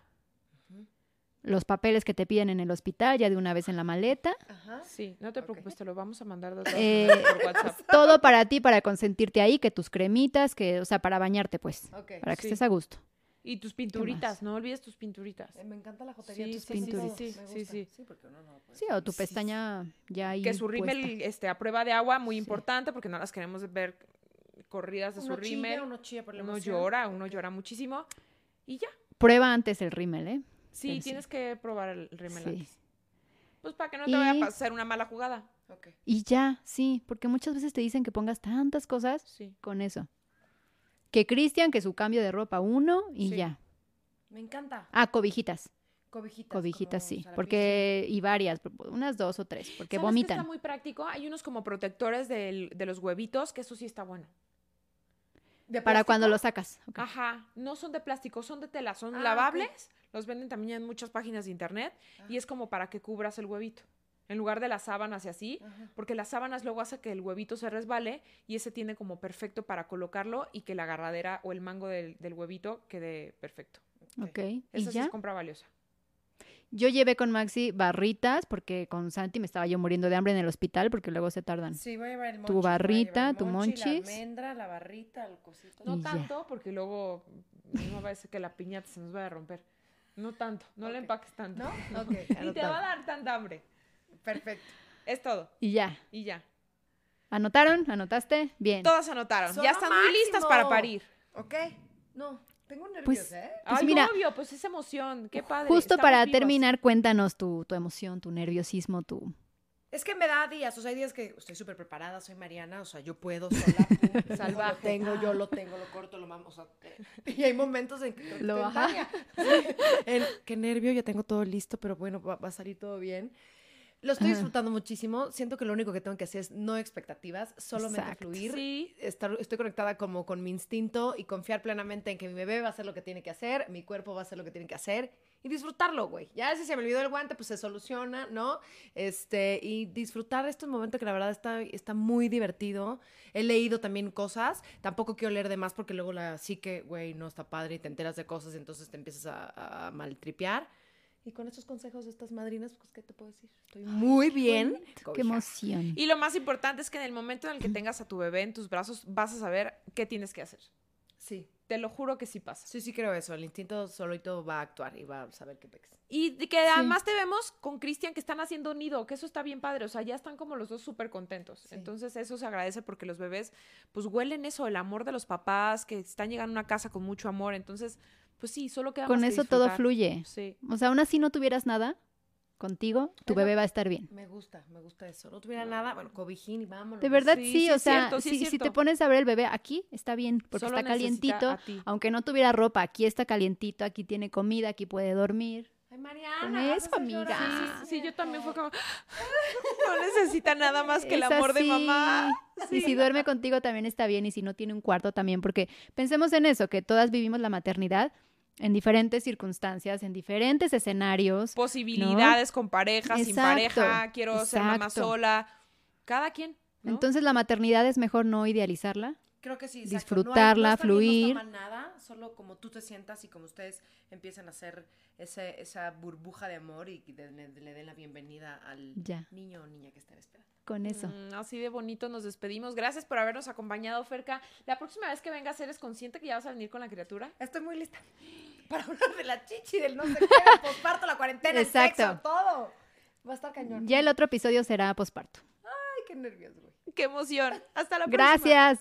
[SPEAKER 4] los papeles que te piden en el hospital, ya de una vez en la maleta,
[SPEAKER 3] Ajá.
[SPEAKER 2] Sí, no te
[SPEAKER 3] Ok.
[SPEAKER 2] preocupes, te lo vamos a mandar de todas
[SPEAKER 4] Eh,
[SPEAKER 2] maneras por
[SPEAKER 4] [LAUGHS]
[SPEAKER 2] WhatsApp.
[SPEAKER 4] todo para ti, para consentirte ahí, que tus cremitas, que, o sea, para bañarte, pues,
[SPEAKER 3] Ok.
[SPEAKER 4] para que
[SPEAKER 2] sí.
[SPEAKER 4] estés a gusto.
[SPEAKER 2] Y tus pinturitas, no olvides tus pinturitas.
[SPEAKER 4] Em,
[SPEAKER 3] Eh, Me encanta la jotería.
[SPEAKER 2] Sí,
[SPEAKER 3] tus
[SPEAKER 2] sí,
[SPEAKER 3] pinturas,
[SPEAKER 4] sí,
[SPEAKER 3] todo,
[SPEAKER 2] sí,
[SPEAKER 3] me
[SPEAKER 2] sí,
[SPEAKER 3] gusta.
[SPEAKER 2] sí.
[SPEAKER 3] Sí, porque uno no puede.
[SPEAKER 4] Sí, o tu
[SPEAKER 3] Sí, sí.
[SPEAKER 4] pestaña ya ahí
[SPEAKER 2] Que su
[SPEAKER 4] puesta.
[SPEAKER 2] rímel este, a prueba de agua, muy
[SPEAKER 4] Sí.
[SPEAKER 2] importante, porque no las queremos ver corridas de
[SPEAKER 3] Uno
[SPEAKER 2] su
[SPEAKER 3] chilla,
[SPEAKER 2] rímel.
[SPEAKER 3] uno chilla por la
[SPEAKER 2] Uno
[SPEAKER 3] emoción.
[SPEAKER 2] llora, uno llora muchísimo. Y ya.
[SPEAKER 4] Prueba antes el rímel, ¿eh?
[SPEAKER 2] Sí,
[SPEAKER 4] Pero sí.
[SPEAKER 2] tienes que probar el rímel
[SPEAKER 4] Sí.
[SPEAKER 2] antes. Pues para que no te vaya
[SPEAKER 4] Y-
[SPEAKER 2] a pasar una mala jugada.
[SPEAKER 3] Ok.
[SPEAKER 4] Y ya, sí, porque muchas veces te dicen que pongas tantas cosas
[SPEAKER 2] Sí.
[SPEAKER 4] con eso. Que Cristian, que su cambio de ropa uno y
[SPEAKER 2] Sí.
[SPEAKER 4] ya.
[SPEAKER 3] Me encanta.
[SPEAKER 4] Ah, cobijitas.
[SPEAKER 3] Cobijitas.
[SPEAKER 4] Cobijitas,
[SPEAKER 3] como
[SPEAKER 4] sí.
[SPEAKER 3] Sarapichi.
[SPEAKER 4] Porque, y varias, unas dos o tres, porque
[SPEAKER 2] ¿Sabes qué
[SPEAKER 4] vomitan.
[SPEAKER 2] está muy práctico. Hay unos como protectores del- de los huevitos, que eso sí está bueno.
[SPEAKER 3] ¿De
[SPEAKER 4] Para cuando lo
[SPEAKER 3] plástico?
[SPEAKER 4] sacas. ok.
[SPEAKER 2] Ajá, no son de plástico, son de tela, son
[SPEAKER 3] Ah, ok.
[SPEAKER 2] lavables. Los venden también en muchas páginas de internet y es como para que cubras el huevito. En lugar de las sábanas y así,
[SPEAKER 3] Ajá.
[SPEAKER 2] porque las sábanas luego hace que el huevito se resbale y ese tiene como perfecto para colocarlo y que la agarradera o el mango del, del huevito quede perfecto.
[SPEAKER 4] Ok. ¿Y
[SPEAKER 2] Esa sí
[SPEAKER 4] ya?
[SPEAKER 2] es compra valiosa.
[SPEAKER 4] Yo llevé con Maxi barritas porque con Santi me estaba yo muriendo de hambre en el hospital porque luego se tardan.
[SPEAKER 3] Sí, voy a llevar el monchis.
[SPEAKER 4] Tu
[SPEAKER 3] voy a llevar el
[SPEAKER 4] barrita, tu
[SPEAKER 3] monchi,
[SPEAKER 4] monchis.
[SPEAKER 3] La almendra, la barrita, el cosito.
[SPEAKER 2] No
[SPEAKER 4] Y ya.
[SPEAKER 2] tanto, porque luego no va a ser que la piñata se nos vaya a romper. No tanto, no la
[SPEAKER 3] Ok.
[SPEAKER 2] empaques tanto. [LAUGHS]
[SPEAKER 3] ¿No? Ok.
[SPEAKER 2] Ni te va a dar tanta hambre.
[SPEAKER 3] Perfecto.
[SPEAKER 2] Es todo.
[SPEAKER 4] Y ya.
[SPEAKER 2] Y ya.
[SPEAKER 4] ¿Anotaron? ¿Anotaste? Bien.
[SPEAKER 2] Todas anotaron.
[SPEAKER 3] Son
[SPEAKER 2] ya
[SPEAKER 3] lo
[SPEAKER 2] están muy listas
[SPEAKER 3] máximo.
[SPEAKER 2] para parir.
[SPEAKER 3] Ok. No, tengo nervios,
[SPEAKER 4] Pues-
[SPEAKER 3] ¿eh?
[SPEAKER 4] Pues
[SPEAKER 2] Ay,
[SPEAKER 4] mira,
[SPEAKER 2] obvio, pues esa emoción, qué padre.
[SPEAKER 4] Justo
[SPEAKER 2] estamos
[SPEAKER 4] para
[SPEAKER 2] vivos.
[SPEAKER 4] terminar, cuéntanos tu, tu emoción, tu nerviosismo, tu...
[SPEAKER 3] Es que me da días, o sea, hay días que estoy súper preparada, soy Mariana, o sea, yo puedo sola,
[SPEAKER 4] [LAUGHS]
[SPEAKER 3] pum,
[SPEAKER 2] Salvaje.
[SPEAKER 3] Lo tengo, yo lo tengo, lo corto, lo mamo, o sea, te- y hay momentos en que creo que
[SPEAKER 4] Lo
[SPEAKER 3] estoy en Tania. El, qué nervio, ya tengo todo listo, pero bueno, va, va a salir todo bien. Lo estoy
[SPEAKER 4] Ajá.
[SPEAKER 3] disfrutando muchísimo, siento que lo único que tengo que hacer es no expectativas, solamente
[SPEAKER 4] Exacto.
[SPEAKER 3] fluir,
[SPEAKER 2] Sí.
[SPEAKER 3] estar- estoy conectada como con mi instinto y confiar plenamente en que mi bebé va a hacer lo que tiene que hacer, mi cuerpo va a hacer lo que tiene que hacer y disfrutarlo, güey. Ya si se me olvidó el guante, pues se soluciona, ¿no? Este, y disfrutar estos momentos que la verdad está, está muy divertido. He leído también cosas, tampoco quiero leer de más porque luego la psique, güey, no está padre y te enteras de cosas y entonces te empiezas a, a maltripear. Y con estos consejos de estas madrinas, pues, ¿qué te puedo decir? Estoy muy bien.
[SPEAKER 4] ¡Qué
[SPEAKER 3] cobijada.
[SPEAKER 4] emoción!
[SPEAKER 2] Y lo más importante es que en el momento en el que tengas a tu bebé en tus brazos, vas a saber qué tienes que hacer.
[SPEAKER 3] Sí,
[SPEAKER 2] Te lo juro que sí pasa.
[SPEAKER 3] sí, sí creo eso. El instinto solito va a actuar y va a saber qué pex.
[SPEAKER 2] Y de que además te vemos con Cristian que están haciendo nido, que eso está bien padre, o sea, ya están como los dos súper contentos.
[SPEAKER 3] Sí.
[SPEAKER 2] Entonces eso se agradece porque los bebés pues huelen eso, el amor de los papás, que están llegando a una casa con mucho amor. Entonces, pues sí, solo queda
[SPEAKER 4] Con
[SPEAKER 2] más que
[SPEAKER 4] eso todo
[SPEAKER 2] disfrutar.
[SPEAKER 4] fluye.
[SPEAKER 2] Sí.
[SPEAKER 4] O sea, aún así no tuvieras nada contigo, tu
[SPEAKER 3] Bueno.
[SPEAKER 4] bebé va a estar bien.
[SPEAKER 3] Me gusta, me gusta eso. No tuviera nada, bueno, cobijín y vámonos.
[SPEAKER 4] De verdad,
[SPEAKER 2] Sí,
[SPEAKER 4] sí,
[SPEAKER 2] sí
[SPEAKER 4] o
[SPEAKER 2] es
[SPEAKER 4] sea,
[SPEAKER 2] cierto, sí es
[SPEAKER 4] si, si te
[SPEAKER 2] cierto.
[SPEAKER 4] pones a ver el bebé aquí, está bien, porque
[SPEAKER 2] Solo
[SPEAKER 4] está
[SPEAKER 2] necesita
[SPEAKER 4] calientito.
[SPEAKER 2] a ti.
[SPEAKER 4] Aunque no tuviera ropa, aquí está calientito, aquí tiene comida, aquí puede dormir.
[SPEAKER 3] Ay, Mariana.
[SPEAKER 4] Con
[SPEAKER 3] vas a
[SPEAKER 4] eso,
[SPEAKER 3] hacer
[SPEAKER 4] amiga.
[SPEAKER 3] llorar.
[SPEAKER 2] Sí, yo también fue como, Ah, [LAUGHS] no necesita nada más que el
[SPEAKER 4] Es
[SPEAKER 2] amor de
[SPEAKER 4] así.
[SPEAKER 2] mamá.
[SPEAKER 4] Y si duerme contigo también está bien, y si no tiene un cuarto también, porque pensemos en eso, que todas vivimos la maternidad en diferentes circunstancias, en diferentes escenarios.
[SPEAKER 2] Posibilidades con pareja, sin
[SPEAKER 4] Exacto,
[SPEAKER 2] pareja, quiero ser mamá
[SPEAKER 4] exacto.
[SPEAKER 2] sola. Cada quien. ¿no?
[SPEAKER 4] Entonces la maternidad es mejor no idealizarla
[SPEAKER 3] Creo que sí.
[SPEAKER 4] Disfrutarla, fluir.
[SPEAKER 3] No está nada, solo como tú te sientas y como ustedes empiezan a hacer ese, esa burbuja de amor y que de- le, le den la bienvenida al
[SPEAKER 4] Ya.
[SPEAKER 3] niño o niña que estén esperando.
[SPEAKER 4] Con eso.
[SPEAKER 2] Mm, así de bonito nos despedimos. Gracias por habernos acompañado, Ferca. La próxima vez que vengas, ¿eres consciente que ya vas a venir con la criatura?
[SPEAKER 3] Estoy muy lista [GASPS] para hablar de la chichi, del no sé qué, el posparto, la cuarentena,
[SPEAKER 4] Exacto.
[SPEAKER 3] el sexo, todo. Va a estar cañón.
[SPEAKER 4] Ya el otro episodio será posparto.
[SPEAKER 3] Ay, qué nervios, güey.
[SPEAKER 2] ¡Qué emoción! Hasta la próxima.
[SPEAKER 4] Gracias.